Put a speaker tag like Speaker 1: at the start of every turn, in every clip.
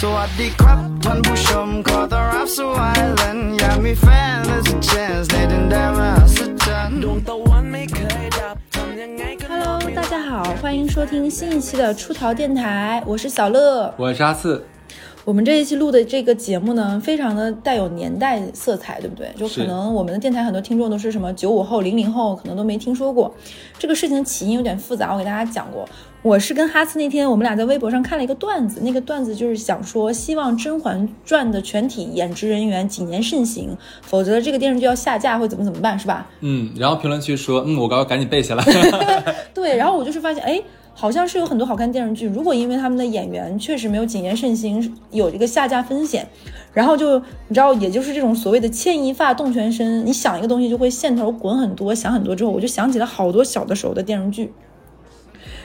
Speaker 1: สวัสดีครับท่านผู้ชมขอต้อนรับสู่ไอแลนด์อยากมีแฟนและสเชนส์ในดินแดนมหัศจรรย์
Speaker 2: Hello，大家好，欢迎收听新一期的出逃电台，我是小乐。
Speaker 3: 我是阿四，
Speaker 2: 我们这一期录的这个节目呢，非常的带有年代色彩，对不对？就可
Speaker 3: 是
Speaker 2: 能我们的电台很多听众都是什么九五后、零零后，可能都没听说过。这个事情的起因有点复杂，我给大家讲过。我是跟哈斯那天，我们俩在微博上看了一个段子，那个段子就是想说，希望《甄嬛传》的全体演职人员谨言慎行，否则这个电视剧要下架会怎么怎么办，是吧？
Speaker 3: 嗯，然后评论区说，嗯，我刚刚赶紧 背下来，
Speaker 2: 对，然后我就是发现，哎，好像是有很多好看电视剧，如果因为他们的演员确实没有谨言慎行，有一个下架风险，然后就你知道，也就是这种所谓的牵一发动全身，你想一个东西就会线头滚很多，想很多之后，我就想起了好多小的时候的电视剧。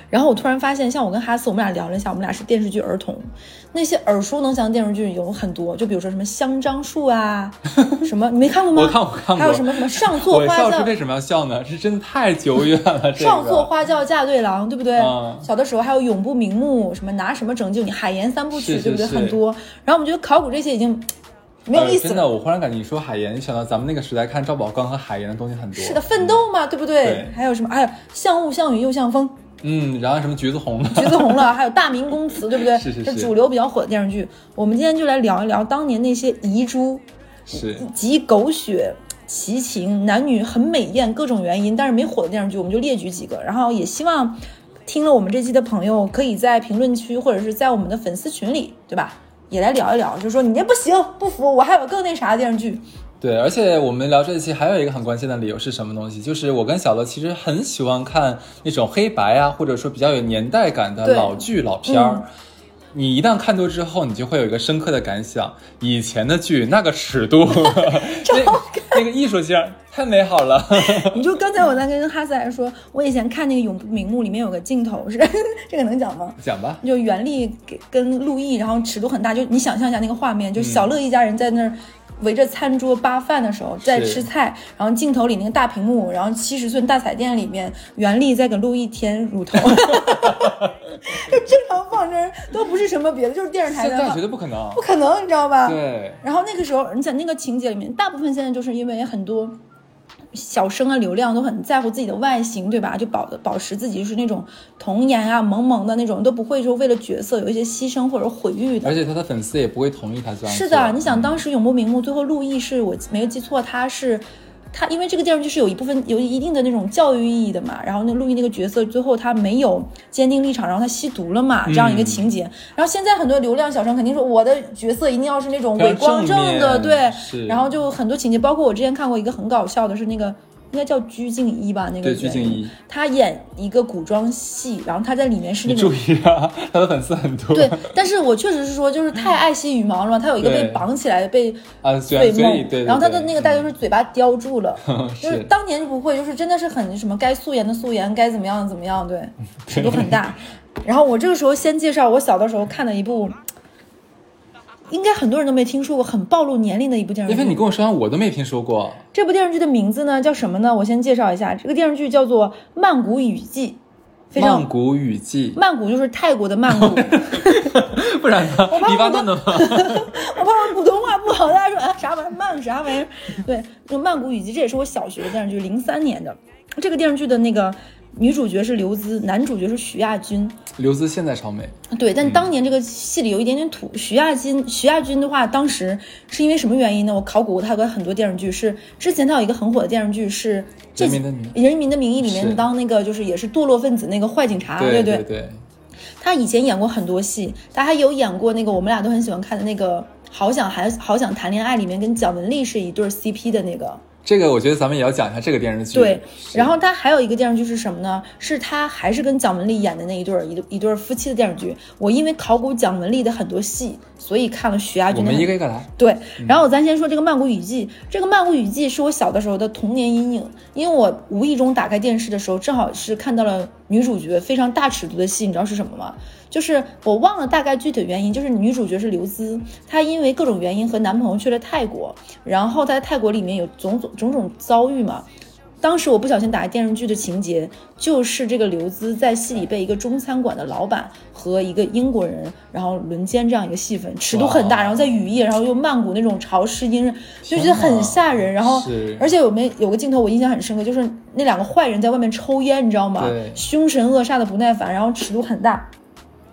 Speaker 2: 然后我突然发现，像我跟哈斯，我们俩聊了一下，我们俩是电视剧儿童，那些耳熟能详的电视剧有很多，就比如说什么《香樟树》啊，什么你没看过吗？
Speaker 3: 我看过看过
Speaker 2: 还有什么什么上错
Speaker 3: 我
Speaker 2: 花
Speaker 3: 笑
Speaker 2: 轿
Speaker 3: 是为什么要笑呢？是真的太久 远了，这个哎
Speaker 2: 上错花轿嫁对郎，对不对？
Speaker 3: 嗯
Speaker 2: 小的时候还有永不瞑目，什么拿什么拯救你，海盐三部曲，
Speaker 3: 是是
Speaker 2: 对不对？
Speaker 3: 是
Speaker 2: 很多。然后我们觉得考古这些已经没有
Speaker 3: 呃
Speaker 2: 意思
Speaker 3: 真的，
Speaker 2: 了。
Speaker 3: 我忽然感觉你说海盐，想到咱们那个时代看赵宝刚和海盐的东西很多。
Speaker 2: 是的，，奋斗嘛，对不对？
Speaker 3: 对
Speaker 2: 还有什么？哎还有像雾像雨又像风，
Speaker 3: 嗯，然后什么橘子红的，
Speaker 2: 橘子红 了，还有大明宫词，对不对？
Speaker 3: 是是
Speaker 2: 这
Speaker 3: 是
Speaker 2: 主流比较火的电视剧。我们今天就来聊一聊当年那些遗珠，
Speaker 3: 是
Speaker 2: 集狗血、奇情、男女很美艳各种原因，但是没火的电视剧，我们就列举几个。然后也希望听了我们这期的朋友，可以在评论区或者是在我们的粉丝群里，对吧？也来聊一聊，就说你这不行，不服，我还有更那啥的电视剧。
Speaker 3: 对，而且我们聊这一期还有一个很关键的理由是什么东西？就是我跟小乐其实很喜欢看那种黑白啊，或者说比较有年代感的
Speaker 2: 对
Speaker 3: 老剧老片儿。
Speaker 2: 嗯
Speaker 3: 你一旦看多之后，你就会有一个深刻的感想：以前的剧那个 尺度， 那那个艺术性儿太美好 了。
Speaker 2: 你就刚才我在跟哈斯来说，我以前看那个《永不瞑目》里面有个镜头是， 这个能讲吗？
Speaker 3: 讲吧，
Speaker 2: 就袁立给跟陆毅，然后尺度很大，就你想象一下那个画面，就
Speaker 3: 嗯
Speaker 2: 小乐一家人在那儿。围着餐桌扒饭的时候，在吃菜，然后镜头里那个大屏幕，然后七十寸大彩电里面，袁立在给陆毅添乳 头，就正常放这儿都不是什么别的，就是电视台
Speaker 3: 现
Speaker 2: 的
Speaker 3: 在
Speaker 2: 放
Speaker 3: 绝，对不可能
Speaker 2: 不。可能，你知道吧？
Speaker 3: 对，
Speaker 2: 然后那个时候，你想那个情节里面，大部分现在就是因为很多小生啊、流量都很在乎自己的外形，对吧？就保保持自己就是那种童颜啊、萌萌的那种，都不会说为了角色有一些牺牲或者毁誉的
Speaker 3: 而。且他的粉丝也不会同意他这样做。嗯
Speaker 2: 是的，你想当时永不瞑目，最后陆毅是我没有记错，他是他，因为这个电视剧是有一部分有一定的那种教育意义的嘛。然后那陆毅那个角色最后他没有坚定立场，然后他吸毒了嘛，这样一
Speaker 3: 嗯
Speaker 2: 个情节。然后现在很多流量小生肯定说我的角色一定要是那种
Speaker 3: 非常
Speaker 2: 伪光
Speaker 3: 正
Speaker 2: 正的，
Speaker 3: 面
Speaker 2: 对。
Speaker 3: 是
Speaker 2: 然后就很多情节，包括我之前看过一个很搞笑的，是那个。应该叫鞠婧祎吧，那个
Speaker 3: 对鞠
Speaker 2: 演员
Speaker 3: 婧祎，
Speaker 2: 她演一个古装戏，然后她在里面是那
Speaker 3: 你
Speaker 2: 种
Speaker 3: 注意啊，他的粉丝很多。
Speaker 2: 对，但是我确实是说，就是太爱惜羽毛了嘛。他有一个被
Speaker 3: 对
Speaker 2: 绑起来、被
Speaker 3: 啊，嘴
Speaker 2: 被
Speaker 3: 嘴里
Speaker 2: 梦，
Speaker 3: 对，嗯
Speaker 2: 然后他
Speaker 3: 他
Speaker 2: 的那个大概就是嘴巴叼住 了，就是
Speaker 3: 是
Speaker 2: 当年不会，就是真的是很什么该素颜的素颜，该怎么样怎么样， 对，尺度很大。然后我这个时候先介绍我小的时候看的一部，应该很多人都没听说过，很暴露年龄的一部电视
Speaker 3: 因
Speaker 2: 剧
Speaker 3: 为。你跟我说，我都没听说过。
Speaker 2: 这部电视剧的名字呢叫什么呢？我先介绍一下，这个电视剧叫做《曼谷雨季》，非常
Speaker 3: 曼谷雨季，
Speaker 2: 曼谷就是泰国的曼 谷。
Speaker 3: 不然呢
Speaker 2: 我怕？我
Speaker 3: 黎巴嫩的吗？
Speaker 2: 我怕 我普通话不好，大家说啊啥玩意儿曼啥玩意儿？对，就《曼谷雨季》，这也是我小学的电视剧，零三年的。这个电视剧的那个女主角是刘孜，男主角是徐亚军。
Speaker 3: 刘孜现在超美，
Speaker 2: 对，
Speaker 3: 嗯
Speaker 2: 但当年这个戏里有一点点土。徐亚军，徐亚军的话，当时是因为什么原因呢？我考古过他的很多电视剧，是之前他有一个很火的电视剧是这
Speaker 3: 人民的名义
Speaker 2: 人民的名义》里面
Speaker 3: 是
Speaker 2: 当那个就是也是堕落分子那个坏警察，
Speaker 3: 对
Speaker 2: 啊对
Speaker 3: 对对，
Speaker 2: 他以前演过很多戏，他还有演过那个我们俩都很喜欢看的那个《好想还好想谈恋爱》里面跟蒋雯丽是一对儿 CP 的那个。
Speaker 3: 这个我觉得咱们也要讲一下这个电视剧。
Speaker 2: 对，
Speaker 3: 是
Speaker 2: 然后他还有一个电视剧是什么呢？是他还是跟蒋雯丽演的那一对儿一对一对儿夫妻的电视剧。我因为考古蒋雯丽的很多戏，所以看了徐亚
Speaker 3: 我
Speaker 2: 军的
Speaker 3: 们
Speaker 2: 很
Speaker 3: 一个一个来。
Speaker 2: 对，然后咱先说这个《曼谷雨季》，这个《曼谷雨季》是我小的时候的童年阴影，因为我无意中打开电视的时候，正好是看到了女主角非常大尺度的戏，你知道是什么吗？就是我忘了大概具体原因，就是女主角是刘孜，她因为各种原因和男朋友去了泰国，然后在泰国里面有种种种种遭遇嘛，当时我不小心打开电视剧的情节，就是这个刘孜在戏里被一个中餐馆的老板和一个英国人，然后轮奸这样一个戏份，尺度很大，
Speaker 3: 哇
Speaker 2: 然后在雨夜，然后又曼谷那种潮湿阴，就觉得
Speaker 3: 天哪
Speaker 2: 很吓人。然后
Speaker 3: 是
Speaker 2: 而且有没有个镜头我印象很深刻，就是那两个坏人在外面抽烟，你知道吗
Speaker 3: 对？
Speaker 2: 凶神恶煞的不耐烦，然后尺度很大。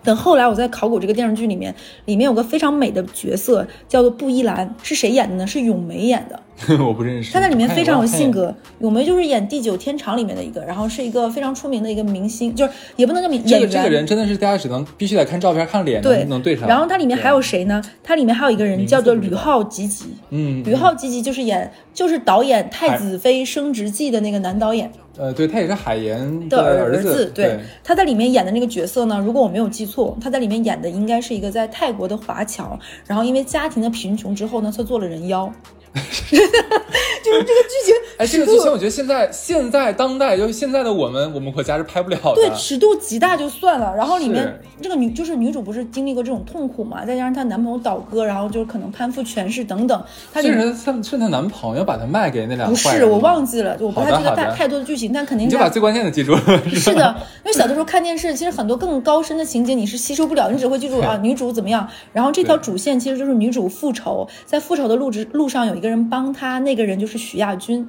Speaker 2: 等后来我在考古这个电视剧里面，里面有个非常美的角色叫做布依兰，是谁演的呢？是咏梅演的。
Speaker 3: 我不认识。
Speaker 2: 她在里面非常有性
Speaker 3: 我
Speaker 2: 格，咏梅就是演《地久天长》里面的一个，然后是一个非常出名的一个明星，就是也不能叫明
Speaker 3: 看。这
Speaker 2: 演
Speaker 3: 个
Speaker 2: 员。
Speaker 3: 这个人真的是大家只能必须得看照片看脸
Speaker 2: 对
Speaker 3: 能能对上。
Speaker 2: 然后它里面还有谁呢？它里面还有一个人
Speaker 3: 名字
Speaker 2: 叫做
Speaker 3: 不知
Speaker 2: 吕
Speaker 3: 道
Speaker 2: 浩吉吉，
Speaker 3: 嗯，
Speaker 2: 吕浩吉吉就是演就是导演《太
Speaker 3: 哎
Speaker 2: 子妃升职记》的那个男导演。
Speaker 3: 呃，对他也是海岩
Speaker 2: 的儿
Speaker 3: 儿
Speaker 2: 子，
Speaker 3: 对，
Speaker 2: 他在里面演的那个角色呢，如果我没有记错，他在里面演的应该是一个在泰国的华侨，然后因为家庭的贫穷之后呢，他做了人妖， 就是这个剧情，
Speaker 3: 哎，这个剧情我觉得现在现在当代就是现在的我们，我们国家是拍不了的。
Speaker 2: 对尺度极大就算了，然后里面
Speaker 3: 是
Speaker 2: 这个女就是女主不是经历过这种痛苦嘛，再加上她男朋友倒戈，然后就是可能攀附权势等等，她里
Speaker 3: 这
Speaker 2: 面
Speaker 3: 人是是她男朋友把她卖给那两
Speaker 2: 不
Speaker 3: 个坏人
Speaker 2: 是
Speaker 3: 吗
Speaker 2: 我忘记了，就我不太
Speaker 3: 好的
Speaker 2: 记得
Speaker 3: 好的
Speaker 2: 太太多的剧情，但肯定
Speaker 3: 你
Speaker 2: 是
Speaker 3: 就把最关键的记住了。
Speaker 2: 是的，因为小的时候看电视，其实很多更高深的情节你是吸收不了，你只会记住 啊女主怎么样。然后这条
Speaker 3: 对
Speaker 2: 主线其实就是女主复仇，在复仇的路之路上有一个人帮她，那个人就是许亚军。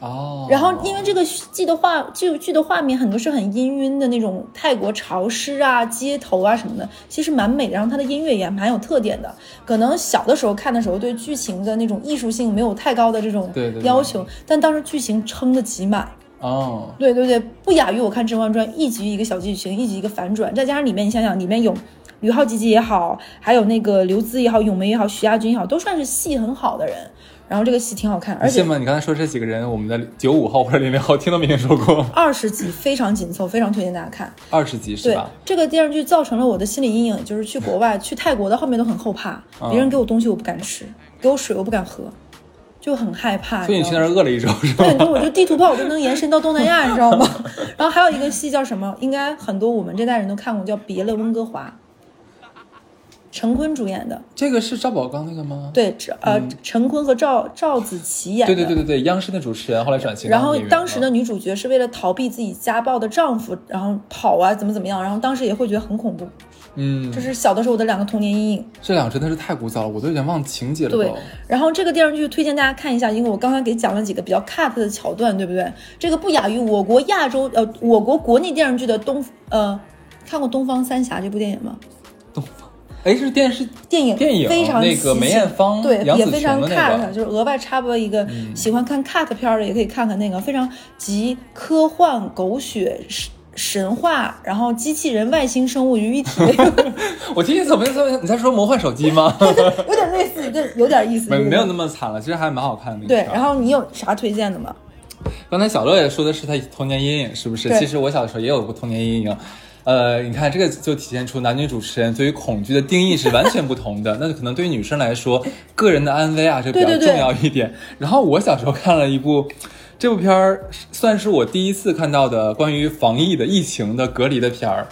Speaker 3: 哦，
Speaker 2: 然后因为这个剧的画剧剧的画面很多是很氤氲的那种泰国潮湿啊、街头啊什么的，其实蛮美的。然后它的音乐也蛮有特点的。可能小的时候看的时候对剧情的那种艺术性没有太高的这种
Speaker 3: 对对对
Speaker 2: 要求，但当时剧情撑得极满。
Speaker 3: 哦，
Speaker 2: 对对对，不亚于我看《甄嬛传》，一集一个小剧情，一集一个反转，再加上里面你想想，里面有吕浩吉吉也好，还有那个刘孜也好，咏梅也好，徐亚军也好，都算是戏很好的人。然后这个戏挺好看，而
Speaker 3: 你信
Speaker 2: 且
Speaker 3: 吗？你刚才说这几个人，我们的九五后或者零零后听都没听说过，
Speaker 2: 二十集非常紧凑，非常推荐大家看。
Speaker 3: 二十集是
Speaker 2: 对
Speaker 3: 吧？
Speaker 2: 这个电视剧造成了我的心理阴影，就是去国外，去泰国的后面都很后 怕，
Speaker 3: 嗯
Speaker 2: 别人给我东西我不敢吃，给我水我不敢喝，就很害怕。
Speaker 3: 所以你
Speaker 2: 知
Speaker 3: 去
Speaker 2: 道
Speaker 3: 那
Speaker 2: 吗
Speaker 3: 儿饿了一周是吧？
Speaker 2: 对，你说我就地图炮，我就能延伸到东南亚，你知道吗？ 然后还有一个戏叫什么？应该很多我们这代人都看过，叫《别了，温哥华》，陈坤主演的。
Speaker 3: 这个是赵宝刚那个吗？
Speaker 2: 对，这呃，陈坤和赵赵子琪演的。
Speaker 3: 嗯对对对对对央视的主持人后来转型
Speaker 2: 然
Speaker 3: 当
Speaker 2: 后
Speaker 3: 演员
Speaker 2: 当时
Speaker 3: 了
Speaker 2: 的女主角是为了逃避自己家暴的丈夫，然后跑啊，怎么怎么样，然后当时也会觉得很恐怖，
Speaker 3: 嗯
Speaker 2: 这，是小的时候我的两个童年阴影。
Speaker 3: 这两个真的是太古早了，我都有点忘情节了
Speaker 2: 对
Speaker 3: 都。，
Speaker 2: 然后这个电视剧推荐大家看一下，因为我刚刚给讲了几个比较 cut 的桥段，对不对？这个不亚于我国亚洲呃，我国国内电视剧的东呃，看过《东方三峡》这部电影吗？
Speaker 3: 哎，是电视
Speaker 2: 电影
Speaker 3: 电影
Speaker 2: 非常
Speaker 3: 那个
Speaker 2: 喜
Speaker 3: 梅艳芳
Speaker 2: 对，
Speaker 3: 杨
Speaker 2: 也
Speaker 3: 紫
Speaker 2: 非常
Speaker 3: 琼的那
Speaker 2: cut，、
Speaker 3: 个嗯
Speaker 2: 就是额外插播一个，喜欢看 cut 片儿的也可以看看那个，非常集科幻、狗血、神神话，然后机器人、外星生物于一体，
Speaker 3: 我听你怎么怎么你在说魔幻手机吗？
Speaker 2: 有点类似，对，有点意思。
Speaker 3: 没
Speaker 2: 对不对
Speaker 3: 没有那么惨了，其实还蛮好看的。
Speaker 2: 对，
Speaker 3: 你知道吗
Speaker 2: 然后你有啥推荐的吗？
Speaker 3: 刚才小乐也说的是他童年阴影，是不是？
Speaker 2: 对
Speaker 3: 其实我小时候也有过童年阴影。呃，你看这个就体现出男女主持人对于恐惧的定义是完全不 同的。那可能对于女生来说，个人的安危啊，这比较
Speaker 2: 对对对
Speaker 3: 重要一点。然后我小时候看了一部，这部片儿算是我第一次看到的关于防疫的疫情的隔离的片儿。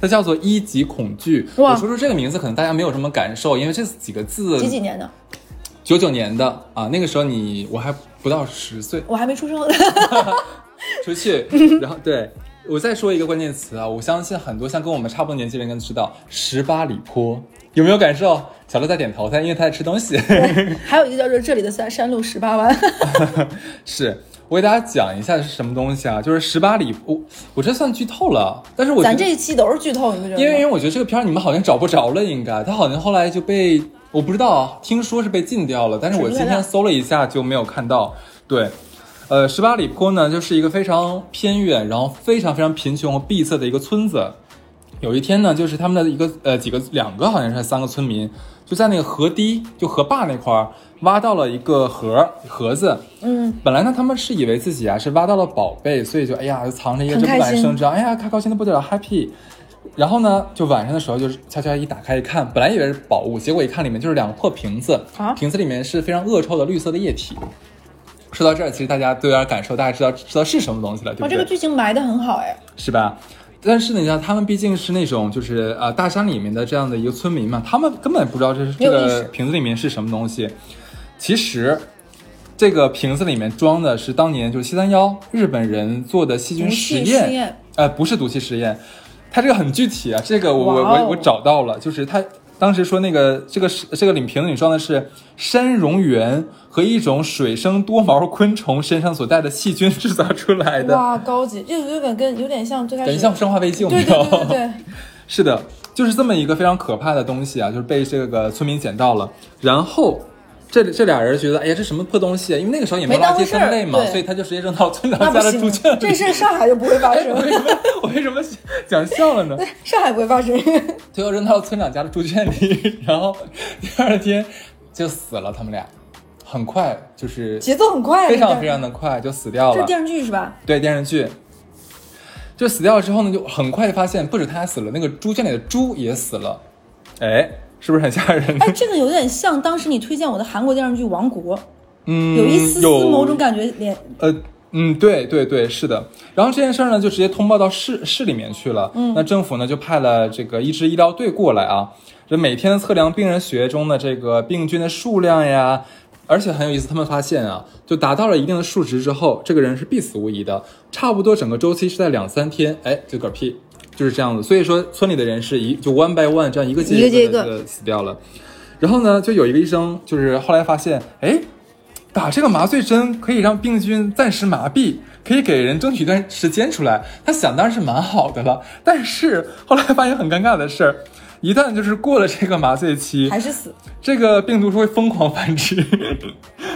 Speaker 3: 它叫做《一级恐惧》，
Speaker 2: 哇
Speaker 3: 我说出这个名字，可能大家没有什么感受，因为这几个字，
Speaker 2: 几几年的？
Speaker 3: 九九年的啊，那个时候你我还不到十岁，
Speaker 2: 我还没出生。
Speaker 3: 出去，然后对我再说一个关键词啊，我相信很多像跟我们差不多年纪的人应该知道十八里坡，有没有感受？小乐在点头，他因为他在吃东西。
Speaker 2: 还有一个叫做这里的山山路十八弯，
Speaker 3: 是我给大家讲一下是什么东西啊，就是十八里坡，我我这算剧透了，但是我觉
Speaker 2: 咱
Speaker 3: 得
Speaker 2: 这一期都是剧透，你不觉得吗？
Speaker 3: 因为因为我觉得这个片儿你们好像找不着了，应该它好像后来就被我不知道啊，听说是被禁掉了，但是我今天搜了一下就没有看到。对，呃，十八里坡呢，就是一个非常偏远，然后非常非常贫穷和闭塞的一个村子。有一天呢，就是他们的一个呃几个两个好像是还是三个村民，就在那个河堤就河坝那块儿挖到了一个盒盒子。
Speaker 2: 嗯，
Speaker 3: 本来呢，他们是以为自己啊是挖到了宝贝，所以就哎呀就藏着掖着
Speaker 2: 很
Speaker 3: 不
Speaker 2: 开
Speaker 3: 敢
Speaker 2: 心
Speaker 3: 声张，哎呀开高兴的不得了，happy。然后呢，就晚上的时候，就是悄悄一打开一看，本来以为是宝物，结果一看里面就是两个破瓶子，
Speaker 2: 啊
Speaker 3: 瓶子里面是非常恶臭的绿色的液体。说到这儿，其实大家都有点感受，大家知道知道是什么东西了，
Speaker 2: 哇，
Speaker 3: 对不
Speaker 2: 哦这
Speaker 3: 对？
Speaker 2: 个剧情埋的很好哎。
Speaker 3: 是吧？但是你知道，他们毕竟是那种就是呃大山里面的这样的一个村民嘛，他们根本不知道这是
Speaker 2: 没
Speaker 3: 这
Speaker 2: 有意识
Speaker 3: 个瓶子里面是什么东西。其实这个瓶子里面装的是当年就是七三幺日本人做的细菌实
Speaker 2: 毒气实验
Speaker 3: 验，呃，不是毒气实验，它这个很具体啊，这个我我
Speaker 2: 哇哦
Speaker 3: 我我找到了，就是它当时说那个这个是这个领瓶子里装的是山蝾螈和一种水生多毛昆虫身上所带的细菌制造出来的，
Speaker 2: 哇，高级，这个有点跟有点像最开始，
Speaker 3: 等于像生化危机，我们
Speaker 2: 对
Speaker 3: 知道
Speaker 2: 对对对 对，
Speaker 3: 是的，就是这么一个非常可怕的东西啊，就是被这个村民捡到了，然后。这这俩人觉得，哎呀，这什么破东西啊！因为那个时候也
Speaker 2: 没
Speaker 3: 垃
Speaker 2: 当回
Speaker 3: 圾
Speaker 2: 事
Speaker 3: 分
Speaker 2: 儿
Speaker 3: 类嘛，
Speaker 2: 对
Speaker 3: 所以他就直接扔到村
Speaker 2: 那
Speaker 3: 长
Speaker 2: 不
Speaker 3: 家的
Speaker 2: 行
Speaker 3: 猪圈，
Speaker 2: 这
Speaker 3: 里。
Speaker 2: 事儿上海就不会发生
Speaker 3: 我，为什么我为什么讲笑了呢？
Speaker 2: 上海不会发生。
Speaker 3: 最后扔到村长家的猪圈里，然后第二天就死了，他们俩很快就是
Speaker 2: 节奏很快，
Speaker 3: 非
Speaker 2: 这
Speaker 3: 常
Speaker 2: 个
Speaker 3: 非常的快就死掉
Speaker 2: 这是
Speaker 3: 了。
Speaker 2: 电视剧是吧？
Speaker 3: 对电视剧，就死掉了之后呢，就很快就发现不止他死了，那个猪圈里的猪也死了，哎，是不是很吓人？
Speaker 2: 哎，这个有点像当时你推荐我的韩国电视剧《王国》，
Speaker 3: 嗯，
Speaker 2: 有一丝丝
Speaker 3: 有
Speaker 2: 某种感觉连。
Speaker 3: 呃，嗯，对对对，是的。然后这件事儿呢，就直接通报到市市里面去了。嗯，那政府呢就派了这个一支医疗队过来啊，这每天测量病人血液中的这个病菌的数量呀。而且很有意思，他们发现啊，就达到了一定的数值之后，这个人是必死无疑的，差不多整个周期是在两三天，哎，就嗝屁，就是这样子。所以说，村里的人是一就 one by one 这样一个接
Speaker 2: 一个接一
Speaker 3: 的
Speaker 2: 个
Speaker 3: 就死掉了。然后呢，就有一个医生，就是后来发现，哎，打这个麻醉针可以让病菌暂时麻痹，可以给人争取一段时间出来。他想当然是蛮好的了，但是后来发现很尴尬的事儿，一旦就是过了这个麻醉期，
Speaker 2: 还是死，
Speaker 3: 这个病毒是会疯狂繁殖。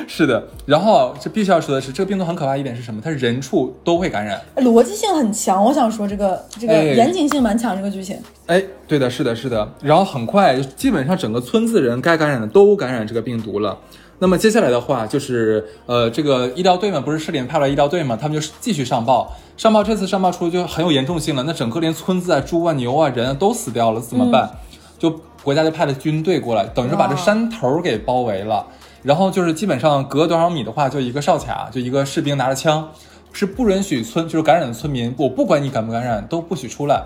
Speaker 3: 是的，然后这必须要说的是，这个病毒很可怕一点是什么？它人畜都会感染。
Speaker 2: 哎逻辑性很强。我想说这个这个
Speaker 3: 哎
Speaker 2: 严谨性蛮强，这个剧情。
Speaker 3: 哎，对的，是的，是的。然后很快，基本上整个村子人该感染的都感染这个病毒了。那么接下来的话就是，呃，这个医疗队嘛，不是市里面派了医疗队嘛，他们就继续上报，上报这次上报出就很有严重性了。那整个连村子啊、猪啊、牛啊、人啊都死掉了，怎么办？就国家就派了军队过来，等于是把这
Speaker 2: 哇
Speaker 3: 山头儿给包围了。然后就是基本上隔多少米的话，就一个哨卡，就一个士兵拿着枪，是不允许村就是感染的村民，我不管你感不感染，都不许出来。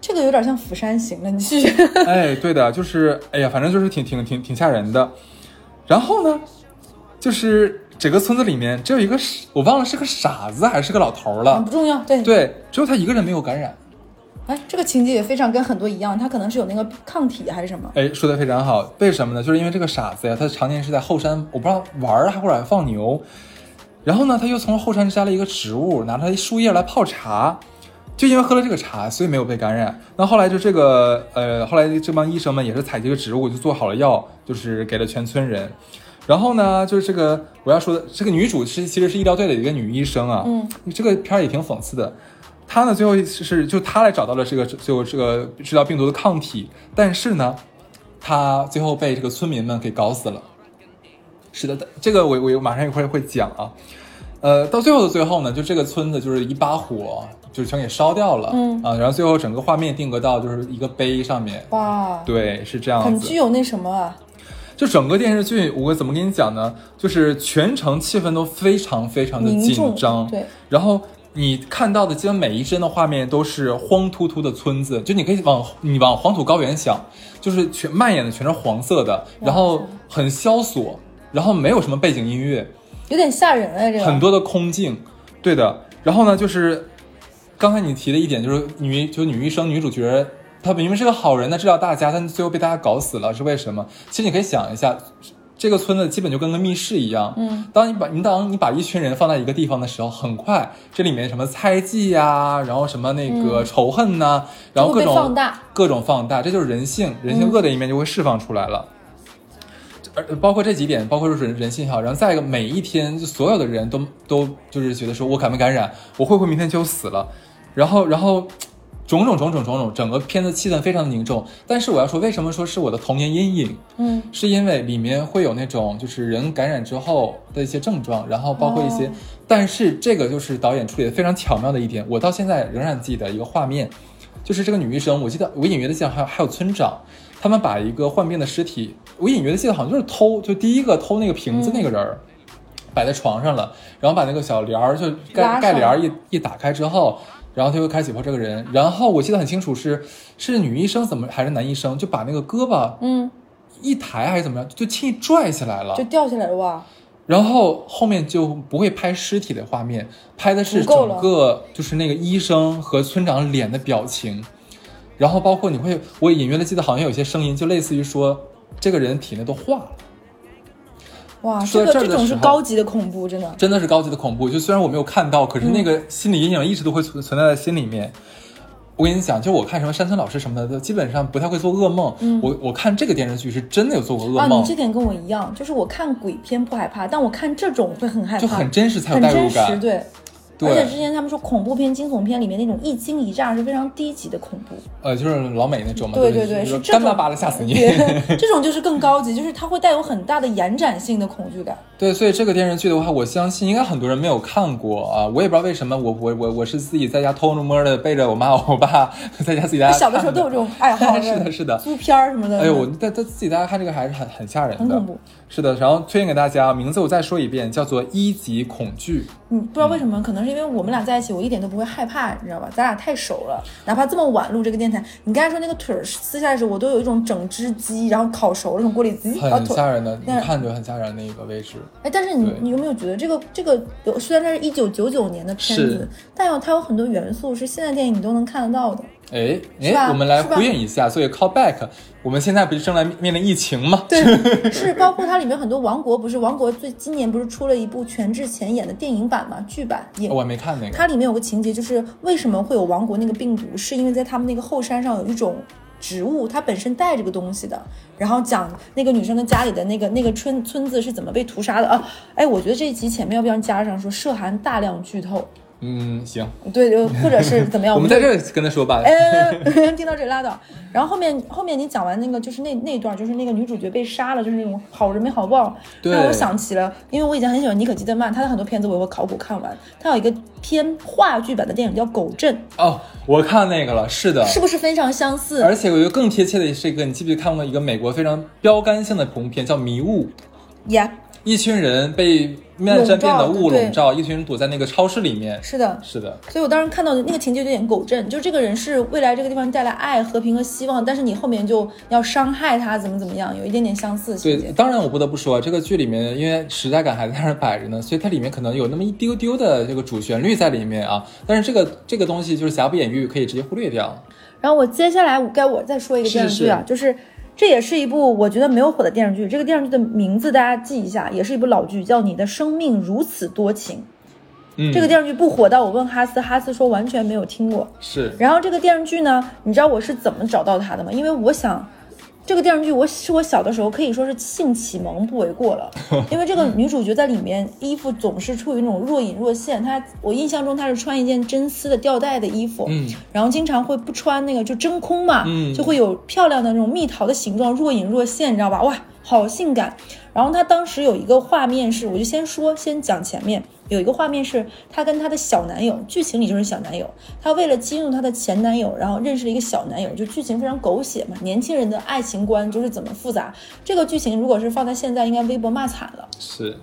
Speaker 2: 这个有点像《釜山行》了，你继续。
Speaker 3: 哎，对的，就是哎呀，反正就是挺挺挺挺吓人的。然后呢，就是整个村子里面只有一个傻，我忘了是个傻子还是个老头儿
Speaker 2: 啊
Speaker 3: 了
Speaker 2: 不。重要，对。
Speaker 3: 对，只有他一个人没有感染。
Speaker 2: 哎，这个情节也非常跟很多一样，它可能是有那个抗体还是什么。
Speaker 3: 哎，说的非常好。为什么呢？就是因为这个傻子呀，他常年是在后山，我不知道玩儿啊还或者放牛。然后呢，他又从后山摘了一个植物，拿它的树叶来泡茶。就因为喝了这个茶，所以没有被感染。那后来就这个呃，后来这帮医生们也是采集了植物，就做好了药，就是给了全村人。然后呢，就是这个我要说的，这个女主是其实是医疗队的一个女医生啊。
Speaker 2: 嗯，
Speaker 3: 这个片儿也挺讽刺的。她呢，最后是就她来找到了这个就这个治疗病毒的抗体，但是呢，她最后被这个村民们给搞死了。是的，这个我我马上一会儿会讲啊。呃，到最后的最后呢，就这个村子就是一把火，就是全给烧掉了。
Speaker 2: 嗯
Speaker 3: 啊，然后最后整个画面定格到就是一个碑上面。
Speaker 2: 哇，
Speaker 3: 哎对，是这样子。
Speaker 2: 很具有那什么啊，
Speaker 3: 就整个电视剧，我怎么跟你讲呢？就是全程气氛都非常非常的
Speaker 2: 凝重
Speaker 3: 紧张，
Speaker 2: 对。
Speaker 3: 然后你看到的基本每一帧的画面都是荒秃秃的村子，就你可以往你往黄土高原想，就是全蔓延的全是黄色的，然后很萧索，然后没有什么背景音乐，
Speaker 2: 有点吓人哎，这个
Speaker 3: 很多的空镜，对的。然后呢，就是刚才你提的一点，就是女就女医生女主角，她明明是个好人，她治疗大家，但最后被大家搞死了，是为什么？其实你可以想一下，这个村子基本就跟个密室一样。
Speaker 2: 嗯，
Speaker 3: 当你把你当你把一群人放在一个地方的时候，很快这里面什么猜忌呀、然后什么那个仇恨呐、然后
Speaker 2: 嗯就会被
Speaker 3: 各种
Speaker 2: 放大嗯
Speaker 3: 各种放大，这就是人性，人性恶的一面就会释放出来了。而包括这几点，包括就是人性也好，然后再一个，每一天就所有的人都都就是觉得说我感没感染，我会不会明天就死了，然后然后种种种种种种，整个片子气氛非常的凝重。但是我要说，为什么说是我的童年阴影，
Speaker 2: 嗯，
Speaker 3: 是因为里面会有那种就是人感染之后的一些症状，然后包括一些，
Speaker 2: 哦
Speaker 3: 但是这个就是导演处理的非常巧妙的一点，我到现在仍然记得一个画面，就是这个女医生，我记得我隐约的记得还有还有村长，他们把一个患病的尸体，我隐约的记得好像就是偷，就第一个偷那个瓶子那个人儿。摆在床上了，然后把那个小帘儿就
Speaker 2: 嗯拉上
Speaker 3: 盖盖帘儿一一打开之后，然后他又开始解剖这个人，然后我记得很清楚是是女医生怎么还是男医生就把那个胳膊
Speaker 2: 嗯，
Speaker 3: 一抬还是怎么样，就轻易拽起来了
Speaker 2: 就。掉下来了哇，
Speaker 3: 然后后面就不会拍尸体的画面，拍的是
Speaker 2: 足够
Speaker 3: 整
Speaker 2: 了
Speaker 3: 个就是那个医生和村长脸的表情，然后包括你会，我隐约的记得好像有些声音，就类似于说这个人体内都化了。
Speaker 2: 哇，
Speaker 3: 说
Speaker 2: 这
Speaker 3: 到
Speaker 2: 个
Speaker 3: 这儿
Speaker 2: 这
Speaker 3: 的
Speaker 2: 种
Speaker 3: 时
Speaker 2: 是
Speaker 3: 候
Speaker 2: 高级的恐怖，真的。
Speaker 3: 真的是高级的恐怖。就虽然我没有看到，可是那
Speaker 2: 嗯
Speaker 3: 个心理阴影一直都会存存在在心里面。我跟你讲，就我看什么山村老师什么的，都基本上不太会做噩梦。
Speaker 2: 嗯
Speaker 3: 我我看这个电视剧是真的有做过
Speaker 2: 啊，
Speaker 3: 噩
Speaker 2: 你
Speaker 3: 梦，
Speaker 2: 这点跟我一样，就是我看鬼片不害怕，但我看这种会很害怕，
Speaker 3: 就很真实才有
Speaker 2: 很
Speaker 3: 代入
Speaker 2: 真实，
Speaker 3: 感。
Speaker 2: 对。
Speaker 3: 对
Speaker 2: 而且之前他们说恐怖片、惊悚片里面那种一惊一乍是非常低级的恐怖，
Speaker 3: 呃，就是老美那种嘛，
Speaker 2: 对
Speaker 3: 对
Speaker 2: 对对，是这
Speaker 3: 干
Speaker 2: 种
Speaker 3: 巴巴的吓死你。
Speaker 2: 对这种就是更高级，就是它会带有很大的延展性的恐惧感。
Speaker 3: 对，所以这个电视剧的话，我相信应该很多人没有看过啊，我也不知道为什么，我我我我是自己在家偷着摸的，背着我妈 我爸在家自己在家
Speaker 2: 小的时候都有这种爱好，
Speaker 3: 是的，是的，
Speaker 2: 租片儿什么的。
Speaker 3: 哎呦，我在在自己在家看这个还是很很吓人的，
Speaker 2: 很恐怖。
Speaker 3: 是的，然后推荐给大家，名字我再说一遍，叫做《一级恐惧
Speaker 2: 嗯，不知道为什么，可能是因为我们俩在一起，我一点都不会害怕，你知道吧？咱俩太熟了，哪怕这么晚录这个电台，你刚才说那个腿儿撕下来的时候，我都有一种整只鸡，然后烤熟了那种锅里滋，》，然后
Speaker 3: 很
Speaker 2: 腿
Speaker 3: 吓人的，你
Speaker 2: 哦那
Speaker 3: 看着很吓人的一个位置。
Speaker 2: 哎，但是你
Speaker 3: 对
Speaker 2: 你有没有觉得这个这个有虽然它是一九九九年的片
Speaker 3: 是
Speaker 2: 子，但有它有很多元素是现在电影你都能看得到的。
Speaker 3: 哎
Speaker 2: 是
Speaker 3: 哎，
Speaker 2: 吧
Speaker 3: 我们来
Speaker 2: 是吧
Speaker 3: 呼应一下，所以 call back，我们现在不是正来面临疫情吗？
Speaker 2: 对，是包括它里面很多王国，不是王国最今年不是出了一部全智贤演的电影版嘛，剧版也。
Speaker 3: 我还没看那个。
Speaker 2: 它里面有个情节，就是为什么会有王国那个病毒，是因为在他们那个后山上有一种植物，它本身带这个东西的。然后讲那个女生的家里的那个那 个村村子是怎么被屠杀的啊？哎，我觉得这一集前面要不要加上说涉含大量剧透？
Speaker 3: 嗯，行，
Speaker 2: 对，呃或者是怎么样？
Speaker 3: 我们在这儿跟他说吧。
Speaker 2: 哎， 听到这拉倒。然后后面后面你讲完那个就是那那一段，就是那个女主角被杀了，就是那种好人没好报，
Speaker 3: 对
Speaker 2: 让我想起了，因为我以前很喜欢妮可基德曼，她的很多片子我也会考古看完。她有一个偏话剧版的电影叫《狗镇
Speaker 3: 哦，我看那个了，是的》，。
Speaker 2: 是不是非常相似？
Speaker 3: 而且我觉得更贴切的是一个，你记不记得看过一个美国非常标杆性的恐怖片，叫《迷雾》，
Speaker 2: 呀
Speaker 3: 一群人被漫山遍的
Speaker 2: 笼罩
Speaker 3: 雾笼罩，一群人躲在那个超市里面。
Speaker 2: 是的。
Speaker 3: 是的，
Speaker 2: 所以我当时看到的那个情节就有点狗镇，就这个人是未来这个地方带来爱、和平和希望，但是你后面就要伤害他，怎么怎么样，有一点点相似情
Speaker 3: 对，
Speaker 2: 节。
Speaker 3: 当然我不得不说，啊这个剧里面因为时代感还在那儿摆着呢，所以它里面可能有那么一丢丢的这个主旋律在里面啊。但是这个这个东西就是瑕不掩瑜，可以直接忽略掉。
Speaker 2: 然后我接下来我该我再说一个电视剧啊，
Speaker 3: 是
Speaker 2: 就是这也是一部我觉得没有火的电视剧。这个电视剧的名字大家记一下，也是一部老剧，叫《你的生命如此多情》。
Speaker 3: 嗯，
Speaker 2: 这个电视剧不火到我问哈斯，哈斯说完全没有听过。
Speaker 3: 是
Speaker 2: 然后这个电视剧呢，你知道我是怎么找到它的吗？因为我想，这个电视剧我是我小的时候可以说是性启蒙不为过 了，因为这个女主角在里面衣服总是处于那种若隐若现，她我印象中她是穿一件真丝的吊带的衣服，
Speaker 3: 嗯，
Speaker 2: 然后经常会不穿那个就真空嘛，
Speaker 3: 嗯
Speaker 2: 就会有漂亮的那种蜜桃的形状若隐若现，你知道吧？哇，好性感。然后她当时有一个画面是，我就先说先讲前面有一个画面是她跟她的小男友，剧情里就是小男友，她为了激怒她的前男友，然后认识了一个小男友，就剧情非常狗血嘛，年轻人的爱情观就是怎么复杂。这个剧情如果是放在现在，应该微博骂惨了。
Speaker 3: 是，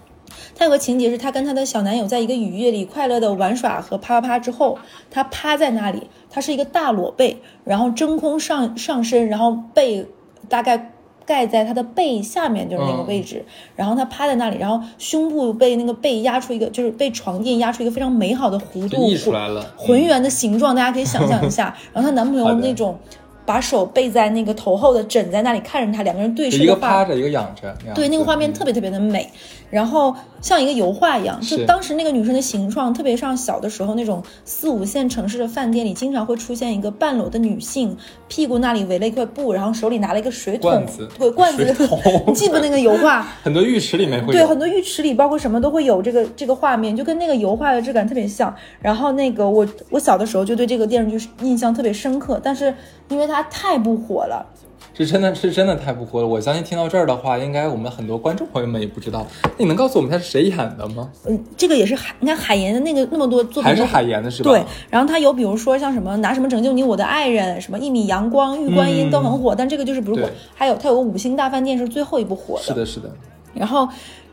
Speaker 2: 她有个情节是，她跟她的小男友在一个雨夜里快乐的玩耍和啪啪啪之后，她趴在那里，她是一个大裸背，然后真空上上身，然后背大概盖在她的背下面就是
Speaker 3: 嗯
Speaker 2: 那个位置，然后她趴在那里，然后胸部被那个被压出一个，就是被床垫压出一个非常美好的弧
Speaker 3: 这
Speaker 2: 度，
Speaker 3: 溢出来了。
Speaker 2: 浑圆的形状，大家可以想象一 下。然后她男朋
Speaker 3: 好
Speaker 2: 友
Speaker 3: 的
Speaker 2: 那种把手背在那个头后的枕在那里看着她，两个人对
Speaker 3: 嗯就
Speaker 2: 视
Speaker 3: 一
Speaker 2: 的
Speaker 3: 个
Speaker 2: 话。
Speaker 3: 趴着，一个仰着，样
Speaker 2: 对，那个
Speaker 3: 子嗯
Speaker 2: 画面特别特别的美，然后像一个油画一样。
Speaker 3: 是
Speaker 2: 就当时那个女生的形状，特别像小的时候那种四五线城市的饭店里，经常会出现一个半裸的女性，屁股那里围了一块布，然后手里拿了一个水桶，
Speaker 3: 罐子
Speaker 2: 对，罐子
Speaker 3: 水桶，
Speaker 2: 你 记不那个油 画？
Speaker 3: 很多浴池里面会
Speaker 2: 对，
Speaker 3: 有
Speaker 2: 很多浴池里包括什么都会有这个这个画面，就跟那个油画的质感特别像。然后那个我我小的时候就对这个电视剧印象特别深刻，但是因为它太不火了，
Speaker 3: 这真的是真的太不火了。我相信听到这儿的话，应该我们很多观众朋友们也不知道。那你能告诉我们他是谁演的吗？
Speaker 2: 嗯，这个也是海，你看海岩的那个那么多作品
Speaker 3: 还是
Speaker 2: 都
Speaker 3: 海岩的是吧？
Speaker 2: 对，然后他有比如说像什么拿什么拯救你我的爱人，什么一米阳光、玉观音
Speaker 3: 嗯
Speaker 2: 都很火，但这个就是不是火
Speaker 3: 对。
Speaker 2: 还有他有个五星大饭店是最后一部火
Speaker 3: 是的，是的，，
Speaker 2: 然后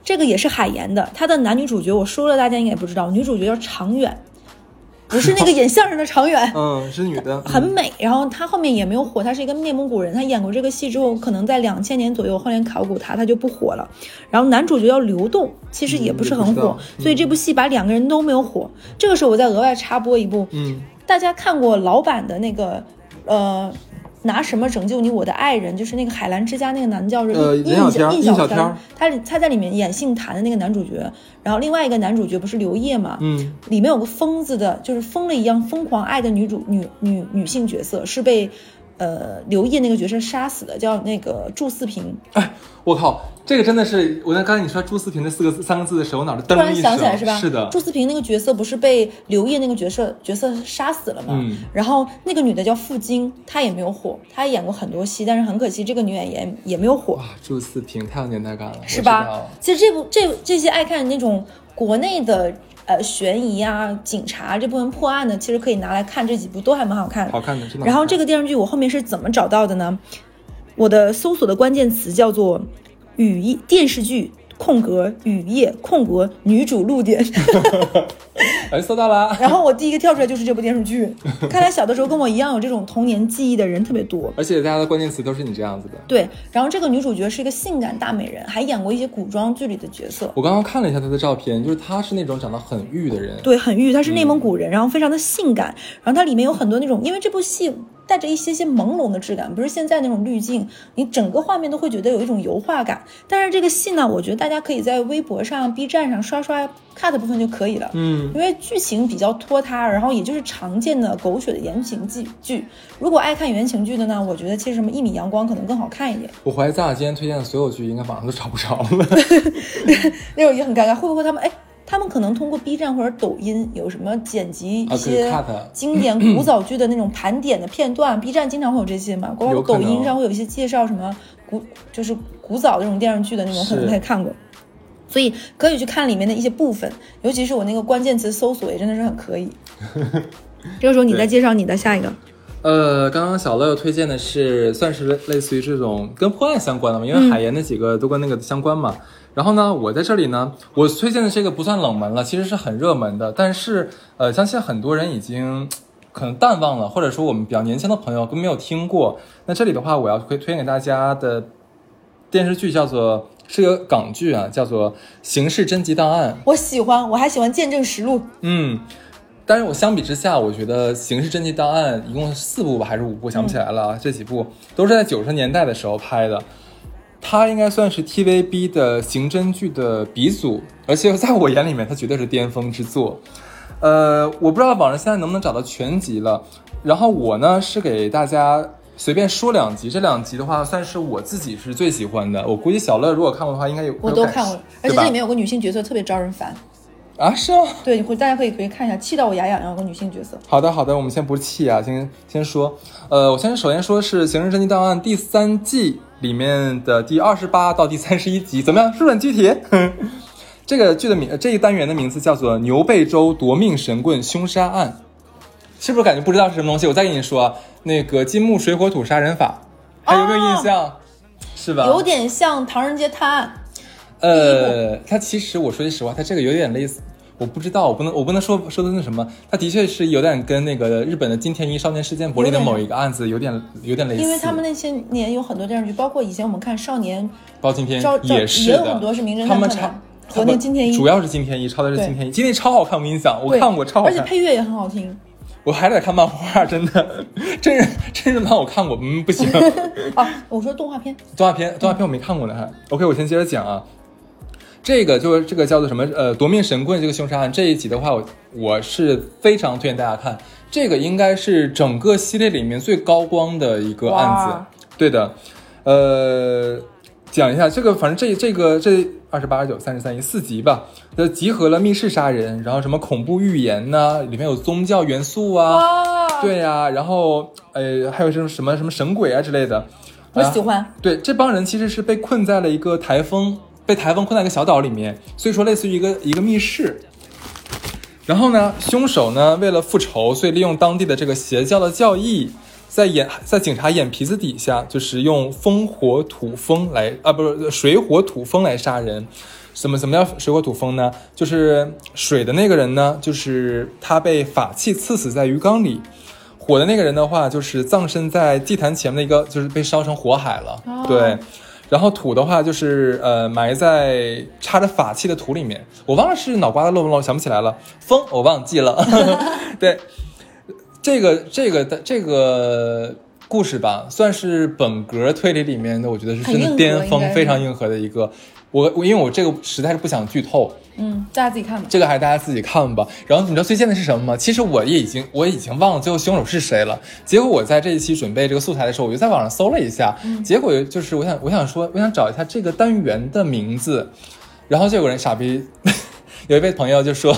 Speaker 2: 这个也是海岩的，他的男女主角我说了大家应该也不知道，女主角叫常远。不是那个演相声的常远
Speaker 3: 嗯，是女的，
Speaker 2: 很美。然后她后面也没有火，她是一个内蒙古人，她演过这个戏之后，可能在两千年左右，后来考古她，她就不火了。然后男主角叫刘栋，其实也不是很
Speaker 3: 嗯不知
Speaker 2: 火
Speaker 3: 道，
Speaker 2: 所以这部戏把两个人都没有火。这个时候我再额外插播一部，
Speaker 3: 嗯
Speaker 2: 大家看过老版的那个，呃。拿什么拯救你我的爱人？就是那个海澜之家那个男教授，
Speaker 3: 呃
Speaker 2: 印
Speaker 3: 任小天儿
Speaker 2: 印
Speaker 3: 印小
Speaker 2: 小
Speaker 3: 天儿
Speaker 2: 儿，他他在里面演姓谭的那个男主角，然后另外一个男主角不是刘烨嘛，
Speaker 3: 嗯
Speaker 2: 里面有个疯子的，就是疯了一样疯狂爱的女主女女女性角色是被，呃，刘烨那个角色杀死的，叫那个祝四平。
Speaker 3: 哎，我靠，这个真的是我那刚才你说朱思平这四个字三个字的时候，我脑袋
Speaker 2: 突
Speaker 3: 噔
Speaker 2: 然
Speaker 3: 一
Speaker 2: 想起来
Speaker 3: 声，
Speaker 2: 是吧？
Speaker 3: 是的
Speaker 2: 祝，四平那个角色不是被刘烨那个角色角色杀死了吗？
Speaker 3: 嗯
Speaker 2: 然后那个女的叫傅菁，她也没有火，她演过很多戏，但是很可惜这个女演员也没有火。
Speaker 3: 哇，朱思平太有年代感了，
Speaker 2: 是
Speaker 3: 我知
Speaker 2: 吧
Speaker 3: 道？
Speaker 2: 其实这部这这些爱看那种国内的呃悬疑啊、警察这部分破案的，其实可以拿来看这几部都还蛮好看的。
Speaker 3: 好看的，真的好看。
Speaker 2: 然后这个电视剧我后面是怎么找到的呢？我的搜索的关键词叫做“雨夜电视剧”空格雨夜空格女主露点，
Speaker 3: 哎，搜到了，
Speaker 2: 然后我第一个跳出来就是这部电视剧。看来小的时候跟我一样有这种童年记忆的人特别多。
Speaker 3: 而且大家的关键词都是你这样子的。
Speaker 2: 对，然后这个女主角是一个性感大美人，还演过一些古装剧里的角色。
Speaker 3: 我刚刚看了一下她的照片，就是她是那种长得很玉的人，
Speaker 2: 对，很玉，她是内蒙古人，然后非常的性感，然后它里面有很多那种，因为这部戏带着一些些朦胧的质感，不是现在那种滤镜，你整个画面都会觉得有一种油画感。但是这个戏呢，我觉得大家可以在微博上、B 站上刷刷 cut 部分就可以了。
Speaker 3: 嗯，
Speaker 2: 因为剧情比较拖沓，然后也就是常见的狗血的言情剧剧。如果爱看言情剧的呢，我觉得其实什么《一米阳光》可能更好看一点。
Speaker 3: 我怀疑咱俩今天推荐的所有剧应该网上都找不着了。
Speaker 2: 那种也很尴尬，会不会他们哎？他们可能通过 B 站或者抖音有什么剪辑
Speaker 3: 啊
Speaker 2: 一
Speaker 3: 可以
Speaker 2: 些
Speaker 3: cut
Speaker 2: 经典 古早剧的那种盘点的片段，B 站经常会有这些嘛，包
Speaker 3: 有
Speaker 2: 括
Speaker 3: 可
Speaker 2: 抖
Speaker 3: 能
Speaker 2: 音上会有一些介绍什么古就是古早的那种电视剧的那种，
Speaker 3: 是
Speaker 2: 可能他也看过，所以可以去看里面的一些部分，尤其是我那个关键词搜索也真的是很可 以。这个时候你再
Speaker 3: 对
Speaker 2: 介绍你的下一个，
Speaker 3: 呃，刚刚小乐又推荐的是，算是类类似于这种跟破案相关的嘛，因为
Speaker 2: 嗯
Speaker 3: 海岩那几个都跟那个相关嘛。然后呢，我在这里呢，我推荐的这个不算冷门了，其实是很热门的，但是呃，相信很多人已经呃可能淡忘了，或者说我们比较年轻的朋友都没有听过。那这里的话，我要推推荐给大家的电视剧叫做是个港剧啊，叫做《刑事侦缉档案》。
Speaker 2: 我喜欢，我还喜欢《见证实录》，
Speaker 3: 嗯，但是我相比之下，我觉得《刑事侦缉档案》一共四部吧，还是五部，想不起来了啊。这几部都是在九十年代的时候拍的，它应该算是 TVB 的刑侦剧的鼻祖，而且在我眼里面，它绝对是巅峰之作。呃，我不知道网上现在能不能找到全集了。然后我呢是给大家随便说两集，这两集的话算是我自己是最喜欢的。我估计小乐如果看过的话，应该有
Speaker 2: 我
Speaker 3: 有
Speaker 2: 都
Speaker 3: 感
Speaker 2: 看
Speaker 3: 受
Speaker 2: 过，而且
Speaker 3: 对吧
Speaker 2: 这里面有个女性角色特别招人烦。
Speaker 3: 啊是 吗？
Speaker 2: 对，你会大家可以可以看一下，气到我牙痒痒。有个女性角色，
Speaker 3: 好的，好的，我们先不气啊，先先说，呃，我先首先说是《刑事侦缉档案》第三季里面的第二十八到第三十一集，怎么样？是不是很具体？ 这个剧的名，呃这一单元的名字叫做《牛背洲夺命神棍凶杀案》，是不是感觉不知道是什么东西？我再跟你说，啊那个《金木水火土杀人法》，还有没有印象？是吧？
Speaker 2: 有点像《唐人街探案
Speaker 3: 呃，它其实我说句实话，它这个有点类似，我不知道，我不能，我不能说说的那什么，它的确是有点跟那个日本的金田一少年事件簿里的
Speaker 2: 有点
Speaker 3: 某一个案子有点有点类》，似，
Speaker 2: 因为他们那些年有很多电视剧，包括以前我们看《少年
Speaker 3: 包青天
Speaker 2: 赵赵
Speaker 3: 也是
Speaker 2: 也有
Speaker 3: 的
Speaker 2: 很多是名侦探
Speaker 3: 他们
Speaker 2: 柯南
Speaker 3: 抄
Speaker 2: 和那金田一
Speaker 3: 主要是金田一抄的是
Speaker 2: 对
Speaker 3: 金田一，金田一超好看，我跟你讲，》，我
Speaker 2: 对
Speaker 3: 看过超好
Speaker 2: 而且
Speaker 3: 看，
Speaker 2: 配乐也很好听。
Speaker 3: 我还得看漫画，真的，真人真人版我看过，嗯，不行。
Speaker 2: 啊，我说动画片，
Speaker 3: 动画片，动画片我没看过呢，还 OK。我先接着讲啊，这个就是这个叫做什么呃，夺命神棍这个凶杀案这一集的话，我我是非常推荐大家看，这个应该是整个系列里面最高光的一个案
Speaker 2: 哇
Speaker 3: 子。对的，呃，讲一下这个，反正这这个这二十八、二十九、三十三、四集吧，呃，集合了密室杀人，然后什么恐怖预言呐、里面有宗教元素啊，
Speaker 2: 哇，
Speaker 3: 对呀、然后呃，还有什么什么什么神鬼啊之类的。
Speaker 2: 我
Speaker 3: 啊
Speaker 2: 喜欢。
Speaker 3: 对，这帮人其实是被困在了一个台风，被台风困在一个小岛里面，所以说类似于一个一个密室。然后呢，凶手呢为了复仇，所以利用当地的这个邪教的教义，在眼在警察眼皮子底下，就是用风火土风来啊，不是水火土风来杀人。什么什么叫水火土风呢？就是水的那个人呢，就是他被法器刺死在鱼缸里；火的那个人的话，就是葬身在祭坛前面的一个，就是被烧成火海了。
Speaker 2: 哦
Speaker 3: 对。然后土的话就是呃埋在插着法器的土里面，我忘了是脑瓜子漏不漏，想不起来了。风我忘 记了，对，这个这个的这个故事吧，算是本格推理里面的，我觉得是真的巅
Speaker 2: 很硬核应该
Speaker 3: 峰，
Speaker 2: 是
Speaker 3: 非常硬核的一个。我我因为我这个实在是不想剧透，
Speaker 2: 嗯，大家自己看吧。
Speaker 3: 这个还是大家自己看吧。然后你知道最贱的是什么吗？其实我也已经我已经忘了最后凶手是谁了。结果我在这一期准备这个素材的时候，我就在网上搜了一下，
Speaker 2: 嗯
Speaker 3: 结果就是我想我想说我想找一下这个单元的名字，然后就有人傻逼。 有一位朋友就说：“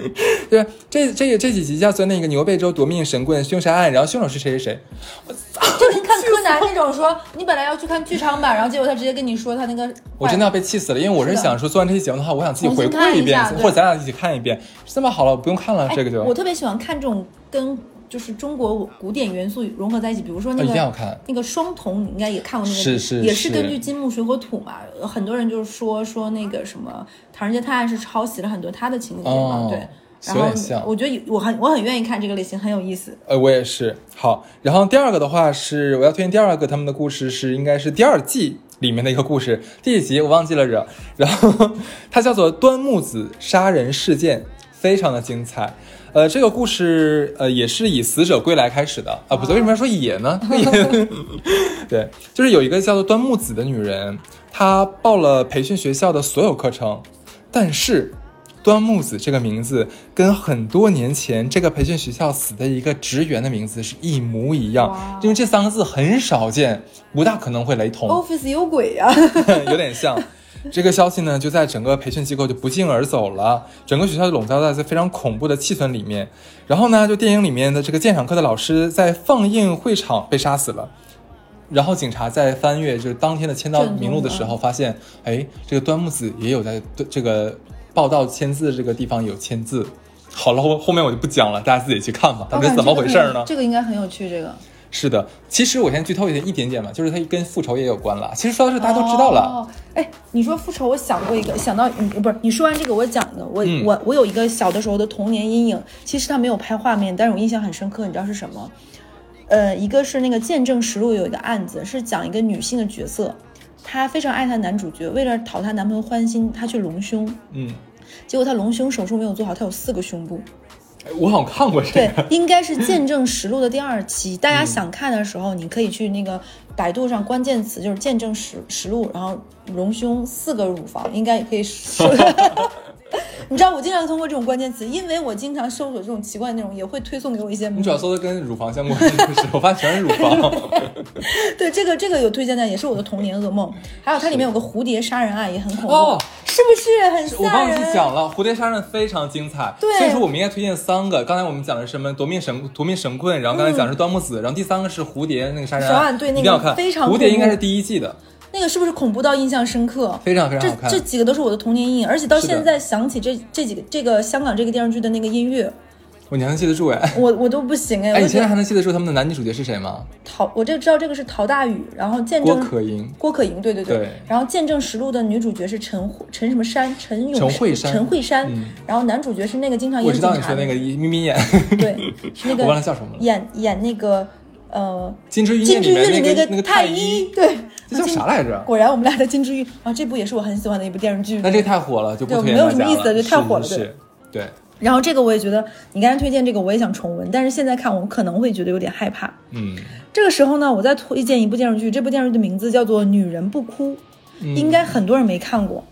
Speaker 3: 对，这这这几集叫做那个牛背州夺命神棍凶杀案，然后凶手是谁谁谁，
Speaker 2: 就跟看柯南那种说，你本来要去看剧场版，然后结果他直接跟你说他那个，
Speaker 3: 我真的要被气死了，因为我是
Speaker 2: 是的
Speaker 3: 想说做完这期节目的话，我想自己
Speaker 2: 重
Speaker 3: 回
Speaker 2: 新看
Speaker 3: 顾
Speaker 2: 一
Speaker 3: 一遍
Speaker 2: 下，对
Speaker 3: 或者咱俩一起看一遍。这么好了，我不用看了，
Speaker 2: 哎
Speaker 3: 啊这个就
Speaker 2: 我特别喜欢看这种跟就是中国古典元素融合在一起，比如说那
Speaker 3: 啊一定要
Speaker 2: 个
Speaker 3: 看
Speaker 2: 那个双瞳，你应该也看过那个，
Speaker 3: 是是
Speaker 2: 也是
Speaker 3: 是
Speaker 2: 根据金木水火土嘛，呃很多人就是说说那个什么《唐人街探案》是抄袭了很多他的情节嘛，
Speaker 3: 哦
Speaker 2: 对。然
Speaker 3: 有
Speaker 2: 后
Speaker 3: 点像
Speaker 2: 我觉得我很我很愿意看这个类型，很有意思。
Speaker 3: 呃，我也是。好，然后第二个的话是，我要推荐第二个他们的故事是，应该是第二季里面的一个故事，第几集我忘记了惹。然后它叫做《端木子杀人事件》，非常的精彩。呃，这个故事呃也是以死者归来开始的啊，不对，为什么要说也呢？也 对，就是有一个叫做端木子的女人，她报了培训学校的所有课程，但是端木子这个名字跟很多年前这个培训学校死的一个职员的名字是一模一样
Speaker 2: 哇，
Speaker 3: 因为这三个字很少见，不大可能会雷同。
Speaker 2: Office 有鬼 啊！
Speaker 3: 有点像。这个消息呢，就在整个培训机构就不胫而走了，整个学校就笼罩在这非常恐怖的气氛里面。然后呢，就电影里面的这个鉴赏课的老师在放映会场被杀死了，然后警察在翻阅就是当天的签到
Speaker 2: 阵容
Speaker 3: 名录的时候，发现，哎，这个端木子也有在这个报道签字这个地方有签字。好了，后后面我就不讲了，大家自己去看吧，到底是怎么回事儿呢？
Speaker 2: 这个应该很有趣，这个
Speaker 3: 是的，其实我先剧透一点一点点嘛，就是它跟复仇也有关了。其实说到这，大家都知道了。
Speaker 2: 哦。哎、你说复仇，我想过一个，想到你不是你说完这个，我讲的，我、
Speaker 3: 嗯
Speaker 2: 我我有一个小的时候的童年阴影，其实他没有拍画面，但是我印象很深刻，你知道是什么？呃，一个是那个《见证实录》有一个案子，是讲一个女性的角色，她非常爱她男主角，为了讨她男朋友欢心，她去隆胸，
Speaker 3: 嗯，
Speaker 2: 结果她隆胸手术没有做好，她有四个胸部。
Speaker 3: 我好像看过这
Speaker 2: 对
Speaker 3: 个。，
Speaker 2: 应该是《见证实录》的第二期。大
Speaker 3: 嗯
Speaker 2: 家想看的时候，你可以去那个百度上关键词就是“见证实实录”，然后隆胸四个乳房，应该也可以 搜。你知道我经常通过这种关键词，因为我经常搜索这种奇怪的内容，也会推送给我一些。
Speaker 3: 你主要搜的跟乳房相关 的故事，我发现全是乳房。
Speaker 2: 对这个这个有推荐的，也是我的童年噩梦。还有它里面有个蝴蝶杀人案，也很恐怖，
Speaker 3: 哦
Speaker 2: 是不是很
Speaker 3: 我
Speaker 2: 吓
Speaker 3: 忘记
Speaker 2: 人？
Speaker 3: 讲了，蝴蝶杀人非常精彩。
Speaker 2: 对
Speaker 3: 所以说我们应该推荐三个。刚才我们讲的是什么？夺命神夺命神棍，然后刚才讲的是端木子，然后第三个是蝴蝶那个杀
Speaker 2: 嗯
Speaker 3: 人
Speaker 2: 手腕对那个
Speaker 3: 一定要看。
Speaker 2: 非常恐怖
Speaker 3: 蝴蝶应该是第一季的，
Speaker 2: 那个是不是恐怖到印象深刻？
Speaker 3: 非常非常
Speaker 2: 这
Speaker 3: 好看
Speaker 2: 这。几个都是我的童年阴影，而且到
Speaker 3: 是的
Speaker 2: 现在想起这这几个这个香港这个电视剧的那个音乐，
Speaker 3: 我你还能记得住哎？
Speaker 2: 我我都不行哎，
Speaker 3: 哎，
Speaker 2: 我
Speaker 3: 你
Speaker 2: 觉
Speaker 3: 现在
Speaker 2: 得
Speaker 3: 还能记得住他们的男女主角是谁吗？
Speaker 2: 陶，我这知道这个是陶大宇，然后见
Speaker 3: 郭
Speaker 2: 证
Speaker 3: 可盈。
Speaker 2: 郭可盈，对对对，
Speaker 3: 对
Speaker 2: 然后《见证实录》的女主角是陈慧陈什么山，陈永
Speaker 3: 陈慧珊
Speaker 2: 陈慧珊，
Speaker 3: 嗯
Speaker 2: 然后男主角是那个经常
Speaker 3: 我
Speaker 2: 演
Speaker 3: 知
Speaker 2: 警察
Speaker 3: 道你说那个一眯眯眼，
Speaker 2: 个，对，是那个
Speaker 3: 我忘了叫什么了
Speaker 2: 演演那个呃
Speaker 3: 《金枝玉
Speaker 2: 《金》
Speaker 3: 叶
Speaker 2: 枝玉叶》
Speaker 3: 面那
Speaker 2: 里
Speaker 3: 个
Speaker 2: 那
Speaker 3: 那个
Speaker 2: 太
Speaker 3: 太
Speaker 2: 医，，对，
Speaker 3: 这叫啥来着？
Speaker 2: 果然我们俩的《金枝玉》啊，这部也是我很喜欢的一部电视剧。
Speaker 3: 那这太火了，就不
Speaker 2: 对
Speaker 3: 推荐
Speaker 2: 没有
Speaker 3: 大
Speaker 2: 什么
Speaker 3: 家
Speaker 2: 意思
Speaker 3: 了
Speaker 2: 这太火了
Speaker 3: 是是是，对。
Speaker 2: 然后这个我也觉得，你刚才推荐这个我也想重温，但是现在看我可能会觉得有点害怕。
Speaker 3: 嗯，
Speaker 2: 这个时候呢，我再推荐一部电视剧，这部电视剧的名字叫做《女人不哭》，应该很多人没看过。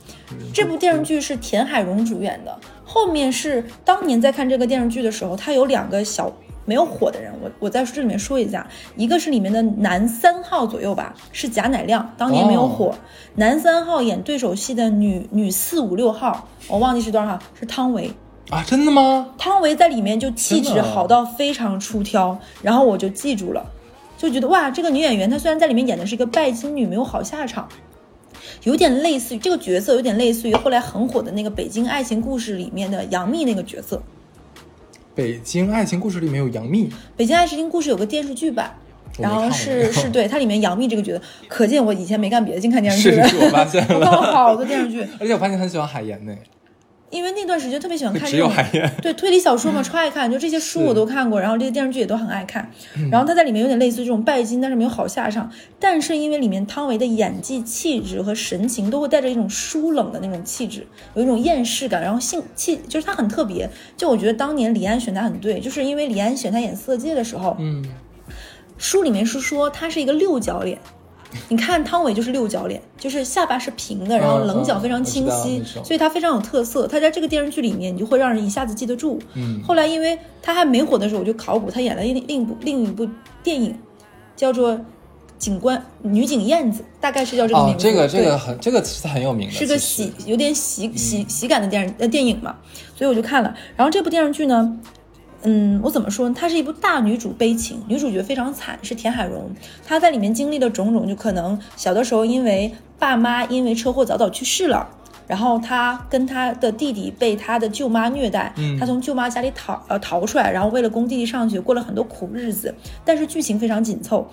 Speaker 2: 这部电视剧是田海蓉主演的，后面是当年在看这个电视剧的时候，她有两个小没有火的人，我我在这里面说一下，一个是里面的男三号左右吧，是贾乃亮，当年没有火，男三号演对手戏的女女四五六号，我忘记是多少号，是汤唯。
Speaker 3: 啊，真的吗？
Speaker 2: 汤唯在里面就气
Speaker 3: 真
Speaker 2: 质
Speaker 3: 的啊
Speaker 2: 好到非常出挑，然后我就记住了，就觉得哇，这个女演员她虽然在里面演的是一个拜金女，没有好下场，有点类似于这个角色，有点类似于后来很火的那个《北京爱情故事》里面的杨幂那个角色，《
Speaker 3: 北京爱情故事里面有杨幂，
Speaker 2: 北京爱情故事》有个电视剧版，
Speaker 3: 我没
Speaker 2: 然后
Speaker 3: 看过
Speaker 2: 是是对它里面杨幂这个角色，可见我以前没干别的，净看电视
Speaker 3: 是
Speaker 2: 剧。
Speaker 3: 是，我发现
Speaker 2: 我看了
Speaker 3: 了，
Speaker 2: 好多电视剧，
Speaker 3: 而且我发现很喜欢海岩呢，
Speaker 2: 因为那段时间特别喜欢看这
Speaker 3: 只有
Speaker 2: 种
Speaker 3: 海岩。
Speaker 2: 对推理小 说嘛，超爱看，就这些书我都看过，然后这些电视剧也都很爱看。
Speaker 3: 嗯
Speaker 2: 然后他在里面有点类似这种拜金，但是没有好下场。但是因为里面汤唯的演技、气质和神情都会带着一种疏冷的那种气质，有一种厌世感，然后性气就是他很特别。就我觉得当年李安选他很对，就是因为李安选他演色戒的时候，
Speaker 3: 嗯，
Speaker 2: 书里面是说他是一个六角脸。你看汤唯就是六角脸，就是下巴是平的，然后
Speaker 3: 嗯
Speaker 2: 棱角
Speaker 3: 嗯
Speaker 2: 非常清
Speaker 3: 我知道
Speaker 2: 晰
Speaker 3: 那，种
Speaker 2: 所以他非常有特色。他在这个电视剧里面，你就会让人一下子记得住。
Speaker 3: 嗯
Speaker 2: 后来因为他还没火的时候，我就考古他演了另另一部另一部电影，叫做《警官女警燕子》，大概是叫这个
Speaker 3: 哦
Speaker 2: 名，字。
Speaker 3: 这个这
Speaker 2: 对
Speaker 3: 个很这个其实很有名的，
Speaker 2: 是个
Speaker 3: 其实嗯
Speaker 2: 喜有点喜喜喜感的电影呃电影嘛，所以我就看了。然后这部电视剧呢，嗯，我怎么说呢？它是一部大女主悲情，女主角非常惨，是田海蓉。她在里面经历了种种，就可能小的时候因为爸妈因为车祸早早去世了。然后她跟她的弟弟被她的舅妈虐待，
Speaker 3: 嗯
Speaker 2: 她从舅妈家里逃呃逃出来，然后为了供弟弟上学，过了很多苦日子。但是剧情非常紧凑，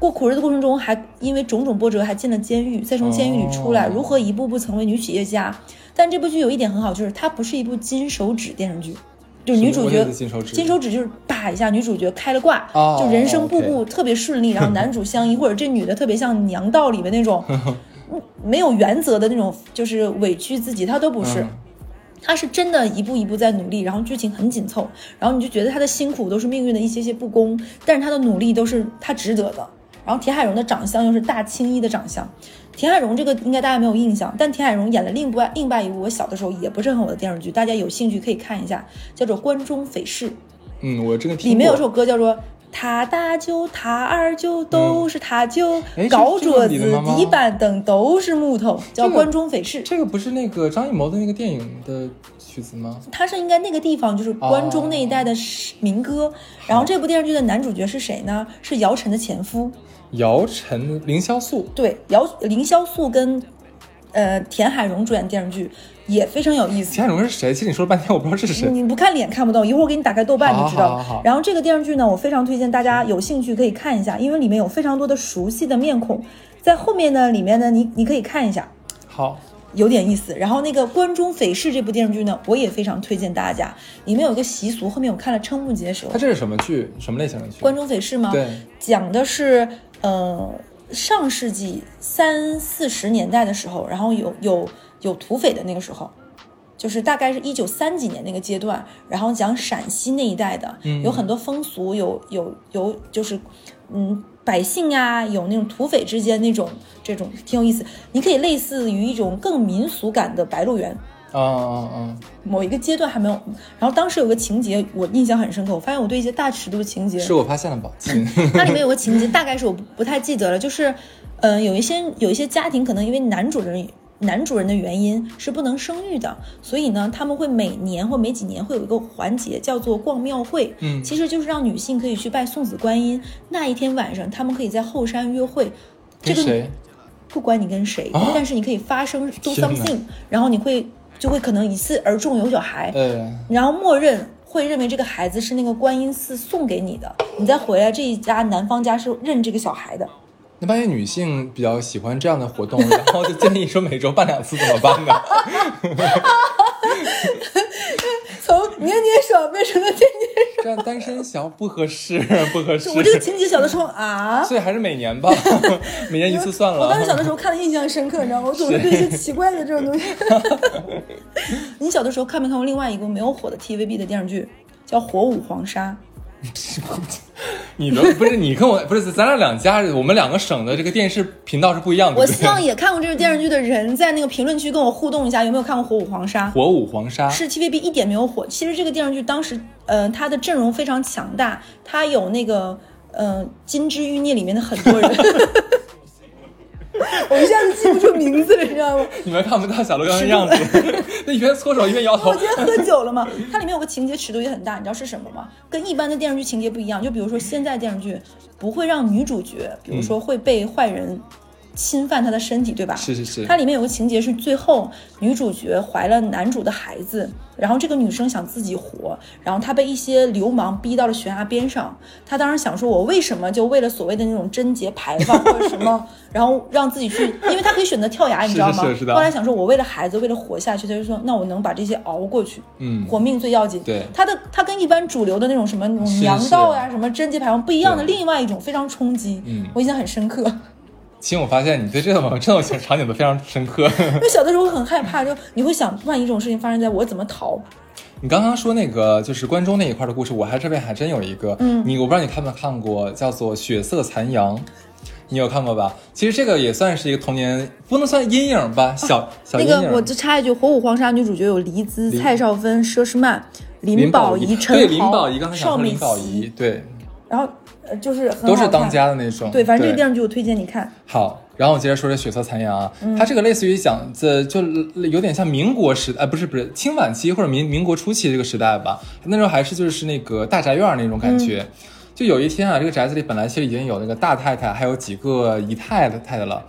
Speaker 2: 过苦日子过程中还因为种种波折还进了监狱，再从监狱里出来，
Speaker 3: 哦
Speaker 2: 如何一步步成为女企业家？但这部剧有一点很好，就是它不是一部金手指电视剧，就是女主
Speaker 3: 我也
Speaker 2: 角
Speaker 3: 是金手指，
Speaker 2: 金手指就是啪一下，女主角开了挂，
Speaker 3: 哦
Speaker 2: 就人生步
Speaker 3: OK
Speaker 2: 步特别顺利，然后男主相依，或者这女的特别像娘道里面那种嗯没有原则的那种，就是委屈自己，她都不是。
Speaker 3: 嗯
Speaker 2: 他是真的一步一步在努力，然后剧情很紧凑，然后你就觉得他的辛苦都是命运的一些些不公，但是他的努力都是他值得的。然后田海蓉的长相又是大青衣的长相，田海蓉这个应该大家没有印象，但田海蓉演了另外另外一部我小的时候也不是很火的电视剧，大家有兴趣可以看一下，叫做《关中匪事》，
Speaker 3: 嗯，我这个听
Speaker 2: 里面有
Speaker 3: 过
Speaker 2: 首歌叫做。他大舅、他二舅都是他舅，
Speaker 3: 嗯诶这
Speaker 2: 搞
Speaker 3: 这
Speaker 2: 桌
Speaker 3: 个你的
Speaker 2: 子
Speaker 3: 妈、妈
Speaker 2: 地板等都是木头，叫
Speaker 3: 这
Speaker 2: 《
Speaker 3: 个
Speaker 2: 关中匪事》。
Speaker 3: 这个不是那个张艺谋的那个电影的曲子吗？
Speaker 2: 他是应该那个地方就是关中那一带的民歌。然后这部电视剧的男主角是谁呢？是姚晨的前夫，
Speaker 3: 姚晨、凌潇肃，
Speaker 2: 对，姚凌潇肃跟呃田海蓉主演电视剧也非常有意思。
Speaker 3: 田海蓉是谁？其实你说了半天，我不知道是谁。
Speaker 2: 你不看脸看不到，一会儿我给你打开豆瓣
Speaker 3: 好
Speaker 2: 你知道。
Speaker 3: 好好好
Speaker 2: 然后这个电视剧呢，我非常推荐大家有兴趣可以看一下，因为里面有非常多的熟悉的面孔。在后面呢，里面呢，你你可以看一下，
Speaker 3: 好，
Speaker 2: 有点意思。然后那个《关中匪事》这部电视剧呢，我也非常推荐大家。里面有一个习俗，后面我看了瞠目结舌。
Speaker 3: 它这是什么剧？什么类型的剧？
Speaker 2: 关中匪事吗？
Speaker 3: 对，
Speaker 2: 讲的是呃上世纪三四十年代的时候，然后有有有土匪的那个时候。就是大概是一九三几年那个阶段，然后讲陕西那一带的，
Speaker 3: 嗯
Speaker 2: 有很多风俗，有有有，就是嗯，百姓啊，有那种土匪之间那种这种挺有意思。你可以类似于一种更民俗感的《白鹿原》，
Speaker 3: 啊啊啊！
Speaker 2: 某一个阶段还没有。然后当时有个情节我印象很深刻，我发现我对一些大尺度的情节
Speaker 3: 是我发现了宝琴。
Speaker 2: 它里面有个情节，大概是我不不太记得了，就是，嗯、有一些有一些家庭可能因为男主人男主人的原因是不能生育的，所以呢，他们会每年或每几年会有一个环节叫做逛庙会，
Speaker 3: 嗯
Speaker 2: 其实就是让女性可以去拜送子观音。那一天晚上，他们可以在后山约会。 这
Speaker 3: 跟
Speaker 2: 个
Speaker 3: 谁？
Speaker 2: 不管你跟谁，
Speaker 3: 啊
Speaker 2: 但是你可以发生 do
Speaker 3: 天哪
Speaker 2: something，然后你会就会可能一次而中有小孩，
Speaker 3: 呃，
Speaker 2: 然后默认会认为这个孩子是那个观音寺送给你的，你再回来这一家男方家是认这个小孩的。
Speaker 3: 那半夜女性比较喜欢这样的活动，然后就建议说每周办两次怎么办呢？
Speaker 2: 从年年爽变成了天天
Speaker 3: 这样单身小不合适， 不合适
Speaker 2: 爽。。我这个情节小的时候啊，
Speaker 3: 所以还是每年吧， 每年一次算
Speaker 2: 我当时小
Speaker 3: 了。
Speaker 2: 的时候看的印象深刻，你知道吗？我总是对一些奇怪的这种东西。 你小的时候看没看过另外一个没有火的 TVB 的电视剧，叫《火舞黄沙》？
Speaker 3: 你的不是你跟我不是，咱俩两家，我们两个省的这个电视频道是不一样的。
Speaker 2: 我
Speaker 3: 对不
Speaker 2: 希
Speaker 3: 对
Speaker 2: 望也看过这个电视剧的人在那个评论区跟我互动一下，有没有看过《火舞黄沙》？
Speaker 3: 火舞黄沙
Speaker 2: 是 TVB 一点没有火。其实这个电视剧当时，呃，它的阵容非常强大，它有那个，呃，《金枝欲孽》里面的很多人。 我一下子记不住名字了，你知道吗？
Speaker 3: 你们看不到小鹿刚刚的样子， 那一边搓手一边摇头
Speaker 2: 我。今天喝酒了嘛，它里面有个情节尺度也很大，你知道是什么吗？跟一般的电视剧情节不一样，就比如说现在电视剧不会让女主角，比如说会被坏人侵犯他的身体，对吧？
Speaker 3: 嗯是是是
Speaker 2: 它里面有个情节是最后女主角怀了男主的孩子，然后这个女生想自己活，然后她被一些流氓逼到了悬崖边上。她当时想说，我为什么就为了所谓的那种贞洁牌坊或者什么， 然后让自己去，因为她可以选择跳崖，你知道吗？
Speaker 3: 是是是的
Speaker 2: 后来想说，我为了孩子，为了活下去，她就说，那我能把这些熬过去，
Speaker 3: 嗯
Speaker 2: 活命最要紧。
Speaker 3: 对
Speaker 2: 她的她跟一般主流的那种什么那种
Speaker 3: 是
Speaker 2: 娘
Speaker 3: 是
Speaker 2: 道啊、什么贞洁牌坊不一样的
Speaker 3: 对
Speaker 2: 另外一种，非常冲击。
Speaker 3: 嗯
Speaker 2: 我印象很深刻。
Speaker 3: 其实我发现你对这种这种场景都非常深刻。
Speaker 2: 因为小的时候很害怕，就你会想，万一这种事情发生在我怎么逃？
Speaker 3: 你刚刚说那个就是关中那一块的故事，我还这边还真有一个，
Speaker 2: 嗯
Speaker 3: 你我不知道你看没看过，叫做《血色残阳》，你有看过吧？其实这个也算是一个童年，不能算阴影吧，小、 小
Speaker 2: 那
Speaker 3: 阴
Speaker 2: 个
Speaker 3: 影。
Speaker 2: 我就插一句，《火舞黄沙》女主角有黎姿、
Speaker 3: 林
Speaker 2: 蔡少芬、佘诗曼、
Speaker 3: 林
Speaker 2: 保
Speaker 3: 保
Speaker 2: 怡、陈
Speaker 3: 对
Speaker 2: 豪、
Speaker 3: 林保怡，刚才想
Speaker 2: 邵
Speaker 3: 说
Speaker 2: 美
Speaker 3: 林保
Speaker 2: 琪
Speaker 3: 怡，，对，
Speaker 2: 然后呃就是很
Speaker 3: 都
Speaker 2: 好
Speaker 3: 是
Speaker 2: 看
Speaker 3: 当。家的那种。
Speaker 2: 对，反正这个电视剧我推荐你看。
Speaker 3: 好，然后我接着说这《血色残阳》啊，
Speaker 2: 嗯
Speaker 3: 它这个类似于讲这就有点像民国时，呃，不是不是清晚期或者民民国初期这个时代吧，那时候还是就是那个大宅院儿那种感觉。
Speaker 2: 嗯
Speaker 3: 就有一天啊，这个宅子里本来其实已经有那个大太太，还有几个姨太太太太了，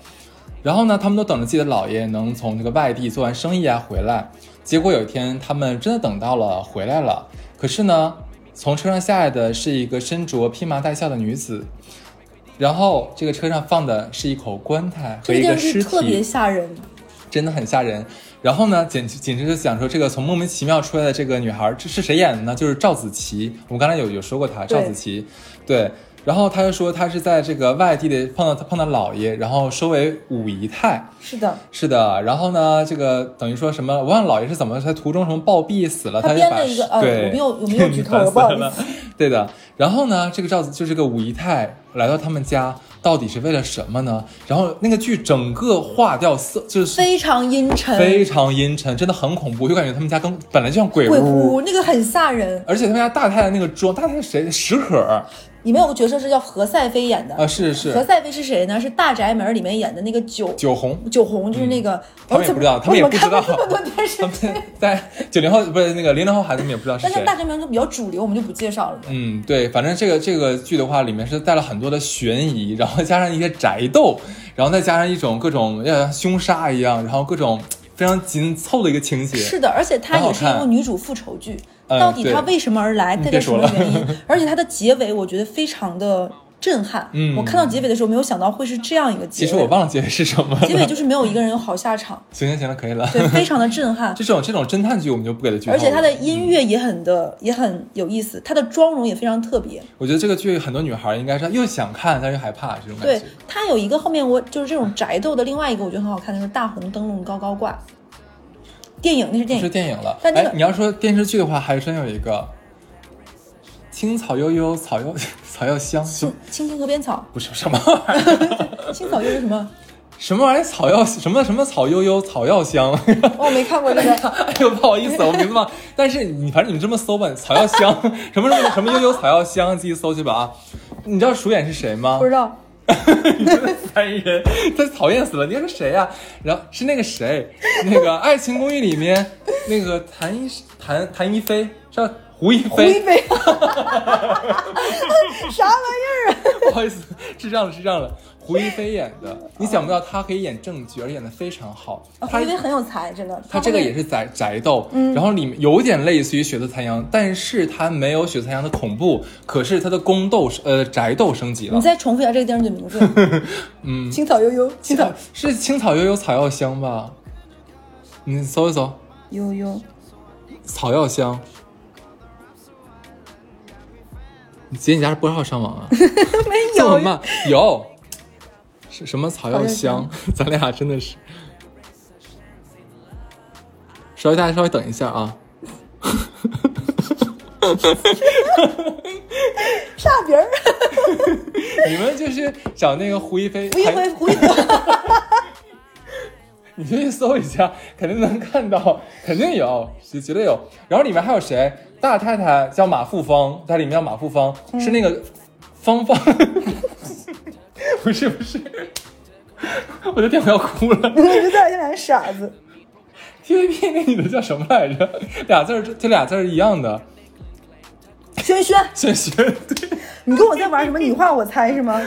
Speaker 3: 然后呢，他们都等着自己的姥爷能从这个外地做完生意啊回来。结果有一天，他们真的等到了，回来了。可是呢，从车上下来的是一个身着披麻戴孝的女子，然后这个车上放的是一口棺材和
Speaker 2: 这个
Speaker 3: 一
Speaker 2: 电
Speaker 3: 个
Speaker 2: 视剧
Speaker 3: 尸
Speaker 2: 特别
Speaker 3: 体，
Speaker 2: 吓人，
Speaker 3: 真的很吓人。然后呢，简简直就讲说这个从莫名其妙出来的这个女孩，这是谁演的呢？就是赵子琪，我们刚才有有说过她，
Speaker 2: 对
Speaker 3: 赵子琪，对。然后她就说她是在这个外地的碰到她碰到姥爷，然后收为五姨太，
Speaker 2: 是的，
Speaker 3: 是的，然后呢，这个等于说什么？我忘了老爷是怎么在途中什么暴毙死了，
Speaker 2: 他
Speaker 3: 他就
Speaker 2: 编
Speaker 3: 把
Speaker 2: 了一个呃
Speaker 3: 对，
Speaker 2: 有没有有 没有
Speaker 3: 你
Speaker 2: 剧透
Speaker 3: 烦
Speaker 2: 不好
Speaker 3: 死
Speaker 2: 意
Speaker 3: 了
Speaker 2: 思，
Speaker 3: 对的。然后呢，这个赵子就是个五姨太来到他们家，到底是为了什么呢？然后那个剧整个化掉色，就是
Speaker 2: 非常阴沉，
Speaker 3: 非常阴沉，真的很恐怖，就感觉他们家跟本来就像鬼
Speaker 2: 鬼
Speaker 3: 屋
Speaker 2: 哭，，那个很吓人。
Speaker 3: 而且他们家大太太那个妆，大太太谁？石可儿
Speaker 2: 里面有个角色是叫何赛飞演的，
Speaker 3: 啊，是
Speaker 2: 何
Speaker 3: 是
Speaker 2: 赛飞是谁呢？是《大宅门》里面演的那个九
Speaker 3: 酒红。
Speaker 2: 酒红，就是那个
Speaker 3: 嗯他
Speaker 2: 我
Speaker 3: 们也
Speaker 2: 怎
Speaker 3: 不
Speaker 2: 么
Speaker 3: 知道，他们也
Speaker 2: 我
Speaker 3: 不
Speaker 2: 怎
Speaker 3: 知
Speaker 2: 么
Speaker 3: 道
Speaker 2: 看过这么多电视
Speaker 3: 他
Speaker 2: 剧。
Speaker 3: 们在九零后不是那个零零后孩子们也不知道是
Speaker 2: 但
Speaker 3: 谁
Speaker 2: 是。大宅门就比较主流，我们就不介绍了。
Speaker 3: 嗯，对，反正这个这个剧的话，里面是带了很多的悬疑，然后加上一些宅斗，然后再加上一种各种呃凶杀一样，然后各种非常紧凑的一个情节。
Speaker 2: 是的，而且它也是一部女主复仇剧，
Speaker 3: 嗯
Speaker 2: 到底她
Speaker 3: 对嗯
Speaker 2: 为什么而来，带
Speaker 3: 别
Speaker 2: 着什
Speaker 3: 说
Speaker 2: 么
Speaker 3: 了
Speaker 2: 原 因？而且它的结尾，我觉得非常的震撼。
Speaker 3: 嗯
Speaker 2: 我看到结尾的时候，没有想到会是这样一个结
Speaker 3: 其
Speaker 2: 尾。
Speaker 3: 实我忘了结尾是什么
Speaker 2: 结尾
Speaker 3: 了。
Speaker 2: 就是没有一个人有好下场，
Speaker 3: 行行行了，可以了。
Speaker 2: 对，非常的震撼。
Speaker 3: 这种这种侦探剧我们就不给它剧透了。嗯
Speaker 2: 而且它的音乐也很的也很有意思，它的妆容也非常特别。
Speaker 3: 我觉得这个剧很多女孩应该是又想看，但又害怕这种感
Speaker 2: 对
Speaker 3: 觉。
Speaker 2: 它有一个后面我就是这种宅斗的另外一个我觉得很好看的就是《大红灯笼高高挂》，电影那是电
Speaker 3: 不是
Speaker 2: 影，
Speaker 3: 电影了。
Speaker 2: 但那个
Speaker 3: 哎，你要说电视剧的话，还真有一个《青草悠悠，草又 草又香》什
Speaker 2: 青
Speaker 3: 么，
Speaker 2: 青青河边草，
Speaker 3: 不是什么玩意儿。
Speaker 2: 青草又是什么？
Speaker 3: 什么玩意儿？草药什么什么草悠悠草药香？
Speaker 2: 哦，我没看过这个。
Speaker 3: 哎呦，不好意思，我名字忘。但是你反正你这么搜吧，草药香 什么什么什么悠悠草药香，自己搜去吧啊。你知道主演是谁吗
Speaker 2: 不？知道，
Speaker 3: 三人，他讨厌死了。你说谁呀、然后是那个谁，那 个《爱情公寓》里面那个谭一谭谭一菲，是吧胡一
Speaker 2: 胡一
Speaker 3: 菲。
Speaker 2: 菲，啥玩意儿啊？
Speaker 3: 不好意思，智障了，智障了。胡一菲演的，你想不到她可以演正剧，而且演的非常好。
Speaker 2: 啊胡
Speaker 3: 她
Speaker 2: 一菲很嗯有才，真的。
Speaker 3: 它这个也
Speaker 2: 是
Speaker 3: 是宅宅斗，然后里面有点类似于《血色残阳》，但是它没有《血色残阳》的恐怖，可是它的宫斗是呃宅斗升级
Speaker 2: 你
Speaker 3: 了。
Speaker 2: 再重复一下这个电视剧名 字。嗯，青草悠悠，青草
Speaker 3: 是青草悠悠草药香吧？你搜一搜
Speaker 2: 悠悠，
Speaker 3: 草药香。你姐，你家是拨号上网 啊？
Speaker 2: 没
Speaker 3: 这么
Speaker 2: 有
Speaker 3: 慢？有，是什么草药香
Speaker 2: 草？
Speaker 3: 咱俩真的是。稍微大家稍微等一下 啊，
Speaker 2: 啥别儿？
Speaker 3: 你们就是找那个胡一菲，
Speaker 2: 胡一菲，胡一菲，
Speaker 3: 你就去搜一下，肯定能看到，肯定有，绝绝对有。然后里面还有谁？大太太叫马富芳，在里面叫马富芳，是那个芳芳， 不是不是，我的天，我要哭了。
Speaker 2: 我觉得咱俩像傻子。
Speaker 3: TVB 那女的叫什么来着？俩字儿，这俩字儿一样的，
Speaker 2: 轩轩，
Speaker 3: 萱萱。对
Speaker 2: 你跟我在玩什么？你画我猜是吗？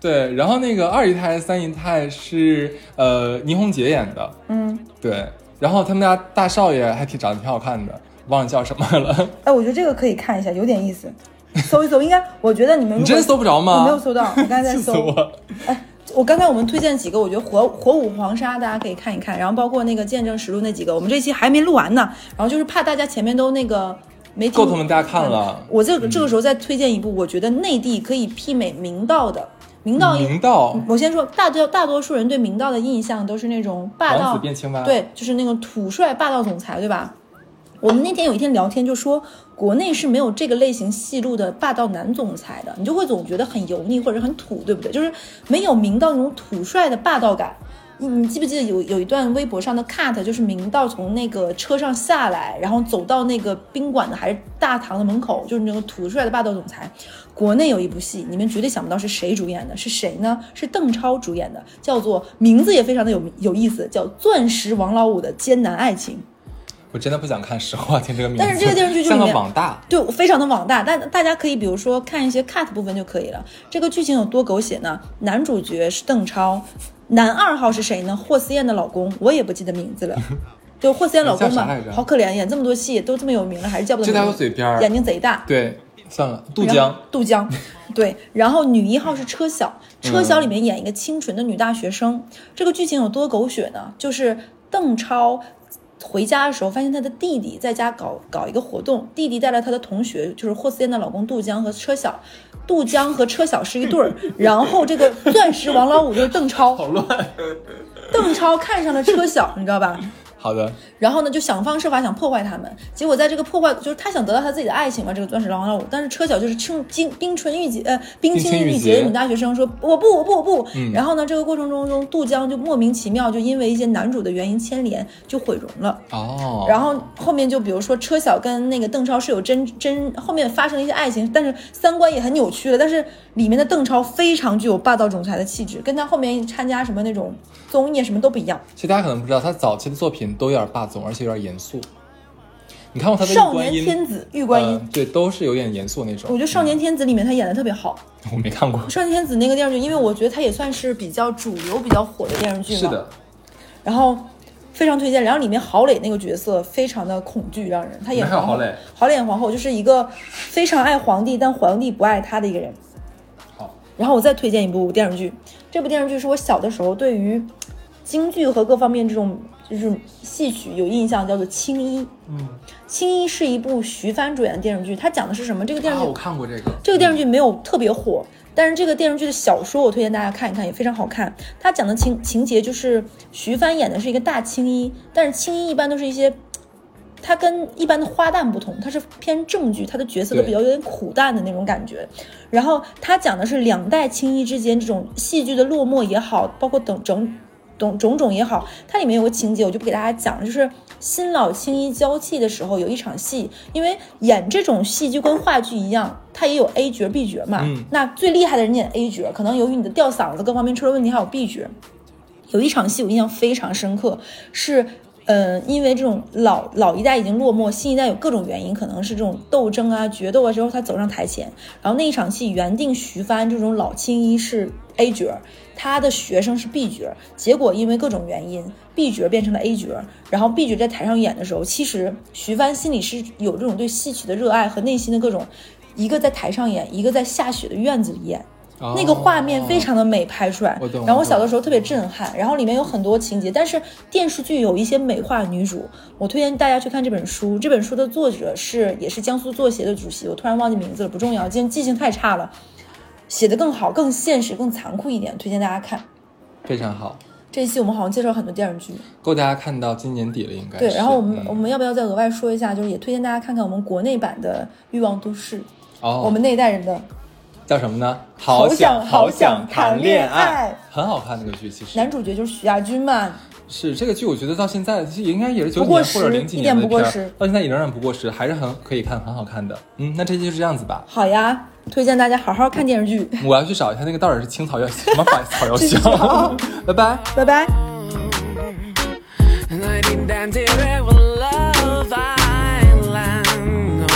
Speaker 3: 对，然后那个二姨太还是三姨太是呃倪虹洁演的，
Speaker 2: 嗯，
Speaker 3: 对，然后他们家大少爷还挺长得挺好看的，忘了叫什么了，
Speaker 2: 哎，我觉得这个可以看一下，有点意思，搜一搜。应该，我觉得你们如
Speaker 3: 你
Speaker 2: 果
Speaker 3: 真搜不着吗？啊
Speaker 2: 我没有搜到，我刚才 在
Speaker 3: 气死
Speaker 2: 搜。
Speaker 3: 我！
Speaker 2: 哎，我刚才我们推荐几个，我觉得火火舞黄沙大家可以看一看，然后包括那个见证实录那几个，我们这期还没录完呢，然后就是怕大家前面都那个没听嗯
Speaker 3: 够他们大家看了，嗯
Speaker 2: 我这个这个时候再推荐一部，我觉得内地可以媲美明道的。明道一
Speaker 3: 嗯明道
Speaker 2: 我先说，大多大多数人对明道的印象都是那种霸
Speaker 3: 王
Speaker 2: 道
Speaker 3: 子，变青蛙，，
Speaker 2: 对，就是那个土帅霸道总裁，对吧？我们那天有一天聊天就说，国内是没有这个类型戏路的霸道男总裁的，你就会总觉得很油腻或者很土，对不对？就是没有明道那种土帅的霸道感。你你记不记得有有一段微博上的 cut，就是明道从那个车上下来，然后走到那个宾馆的还是大堂的门口，就是那个土帅的霸道总裁。国内有一部戏，你们绝对想不到是谁主演的，是谁呢？是邓超主演的，叫做名字也非常的有有意思，叫《钻石王老五的艰难爱情》。
Speaker 3: 我真的不想看，实话听这个名字，
Speaker 2: 但是这个电视剧就
Speaker 3: 像
Speaker 2: 里
Speaker 3: 个
Speaker 2: 面
Speaker 3: 网大，
Speaker 2: 对，我非常的网大，但大家可以比如说看一些 cut 部分就可以了。这个剧情有多狗血呢？男主角是邓超，男二号是谁呢？霍思燕的老公，我也不记得名 字了。就霍思燕老公嘛
Speaker 3: 叫啥来着，
Speaker 2: 好可怜，演这么多戏都这么有名了，还是叫不得
Speaker 3: 就在
Speaker 2: 名
Speaker 3: 我
Speaker 2: 字
Speaker 3: 嘴边儿
Speaker 2: 眼睛贼大。
Speaker 3: 对，算了，杜
Speaker 2: 然
Speaker 3: 江
Speaker 2: 后，杜江， 嗯对。然后女一号是车晓，车晓里面演一个清纯的女大学生。这个剧情有多狗血呢？就是邓超回家的时候，发现他的弟弟在家搞搞一个活动，弟弟带了他的同学，就是霍思燕的老公杜江和车晓。杜江和车晓是一对儿，然后这个钻石王老五就是邓超，
Speaker 3: 好乱，
Speaker 2: 邓超看上了车晓，你知道吧？
Speaker 3: 好的，
Speaker 2: 然后呢，就想方设法想破坏他们。结果在这个破坏，就是他想得到他自己的爱情嘛，这个钻石王老五。但是车晓就是青冰冰纯玉洁，呃，冰清玉洁嗯的女大学生说我不我不我不。然后呢，这个过程中中，杜江就莫名其妙就因为一些男主的原因牵连，就毁容了。
Speaker 3: 哦，
Speaker 2: 然后后面就比如说车晓跟那个邓超是有真真，后面发生了一些爱情，但是三观也很扭曲了。但是里面的邓超非常具有霸道总裁的气质，跟他后面参加什么那种综艺什么都不一样。
Speaker 3: 其实大家可能不知道，他早期的作品都有点霸总，而且有点严肃。你看过他的《
Speaker 2: 少
Speaker 3: 玉观
Speaker 2: 年
Speaker 3: 音》
Speaker 2: 天子玉观音
Speaker 3: 嗯，对，都是有点严肃那
Speaker 2: 我
Speaker 3: 种。
Speaker 2: 觉得《少年天子》里面他演的特别好，
Speaker 3: 我没看过。
Speaker 2: 《少年天子》那个电视剧，因为我觉得它也算是比较主流、比较火的电视剧嘛。
Speaker 3: 是的，
Speaker 2: 然后非常推荐。然后里面郝蕾那个角色非常的恐惧，让人他演
Speaker 3: 没看
Speaker 2: 皇后
Speaker 3: 郝蕾，
Speaker 2: 郝蕾演皇后就是一个非常爱皇帝，但皇帝不爱她的一个人。
Speaker 3: 好，
Speaker 2: 然后我再推荐一部电视剧，这部电视剧是我小的时候对于京剧和各方面这种就是戏曲有印象，叫做《青衣》。
Speaker 3: 嗯，
Speaker 2: 《青衣》是一部徐帆主演的电视剧，它讲的是什么？这个电视
Speaker 3: 啊，
Speaker 2: 剧
Speaker 3: 我看过这个，
Speaker 2: 这个电视剧没有特别火，但是这个电视剧的小说我推荐大家看一看，也非常好看。它讲的情情节就是徐帆演的是一个大青衣，但是青衣一般都是一些，它跟一般的花旦不同，它是偏正剧，它的角色都
Speaker 3: 对
Speaker 2: 比较有点苦淡的那种感觉。然后它讲的是两代青衣之间这种戏剧的落寞也好，包括等整。种种种也好，它里面有个情节，我就不给大家讲了，就是新老青衣交替的时候，有一场戏，因为演这种戏就跟话剧一样，它也有 A 角 B 角嘛。
Speaker 3: 嗯
Speaker 2: 那最厉害的人演 A 角，可能由于你的吊嗓子各方面出了问题，还有 B 角。有一场戏我印象非常深刻，是。呃，因为这种老老一代已经落寞，新一代有各种原因，可能是这种斗争啊、决斗啊之后，他走上台前。然后那一场戏，原定徐帆这种老青衣是 A 角儿，他的学生是 B 角儿，结果因为各种原因，B 角儿变成了 A 角儿。然后 B 角儿在台上演的时候，其实徐帆心里是有这种对戏曲的热爱和内心的各种，一个在台上演，一个在下雪的院子里演。
Speaker 3: 哦
Speaker 2: 那个画面非常的美拍出来
Speaker 3: 我懂。
Speaker 2: 然后
Speaker 3: 我
Speaker 2: 我小的
Speaker 3: 懂
Speaker 2: 时候特别震撼，然后里面有很多情节，但是电视剧有一些美化女主。我推荐大家去看这本书，这本书的作者是也是江苏作协的主席，我突然忘记名字了，不重要，今天记性太差了。写的更好、更现实、更残酷一点，推荐大家看。
Speaker 3: 非常好，
Speaker 2: 这一期我们好像介绍很多电视剧，
Speaker 3: 够大家看到今年底了，应该
Speaker 2: 对。
Speaker 3: 是
Speaker 2: 然后我们、
Speaker 3: 嗯
Speaker 2: 我们要不要再额外说一下，就是也推荐大家看看我们国内版的《欲望都市》，
Speaker 3: 哦，
Speaker 2: 我们那一代人的。
Speaker 3: 叫什么呢？
Speaker 2: 好想
Speaker 3: 想好
Speaker 2: 好想
Speaker 3: 谈
Speaker 2: 谈恋
Speaker 3: 爱
Speaker 2: 爱，
Speaker 3: 很好看那个剧，其实
Speaker 2: 男主角就是许亚军嘛，
Speaker 3: 是这个剧，我觉得到现在其实应该也是九
Speaker 2: 不
Speaker 3: 几
Speaker 2: 过时
Speaker 3: 年或者零几
Speaker 2: 一
Speaker 3: 年
Speaker 2: 点
Speaker 3: 的
Speaker 2: 不过
Speaker 3: 片儿
Speaker 2: 时，
Speaker 3: 到现在也仍然不过时，还是很可以看，很好看的。嗯，那这期就是这样子吧。
Speaker 2: 好呀，推荐大家好好看电视剧，
Speaker 3: 我要去找一下那个到底是青草药 什么反 草药香
Speaker 2: 草，
Speaker 3: 拜拜。
Speaker 2: 拜拜。
Speaker 4: 1990 river love island. Oh.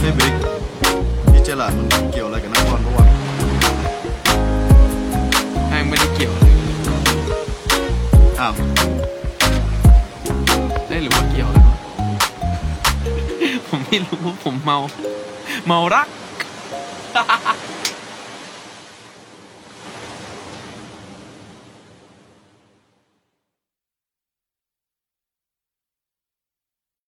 Speaker 1: เฮ้ยบิ๊กดีเจหลานมึงเกี่ยวอะไรกับนักบอลปะวะ
Speaker 4: ได้ หรือว่าเกี่ยวหรือเปล่า ผมไม่รู้ผมเมา เมารัก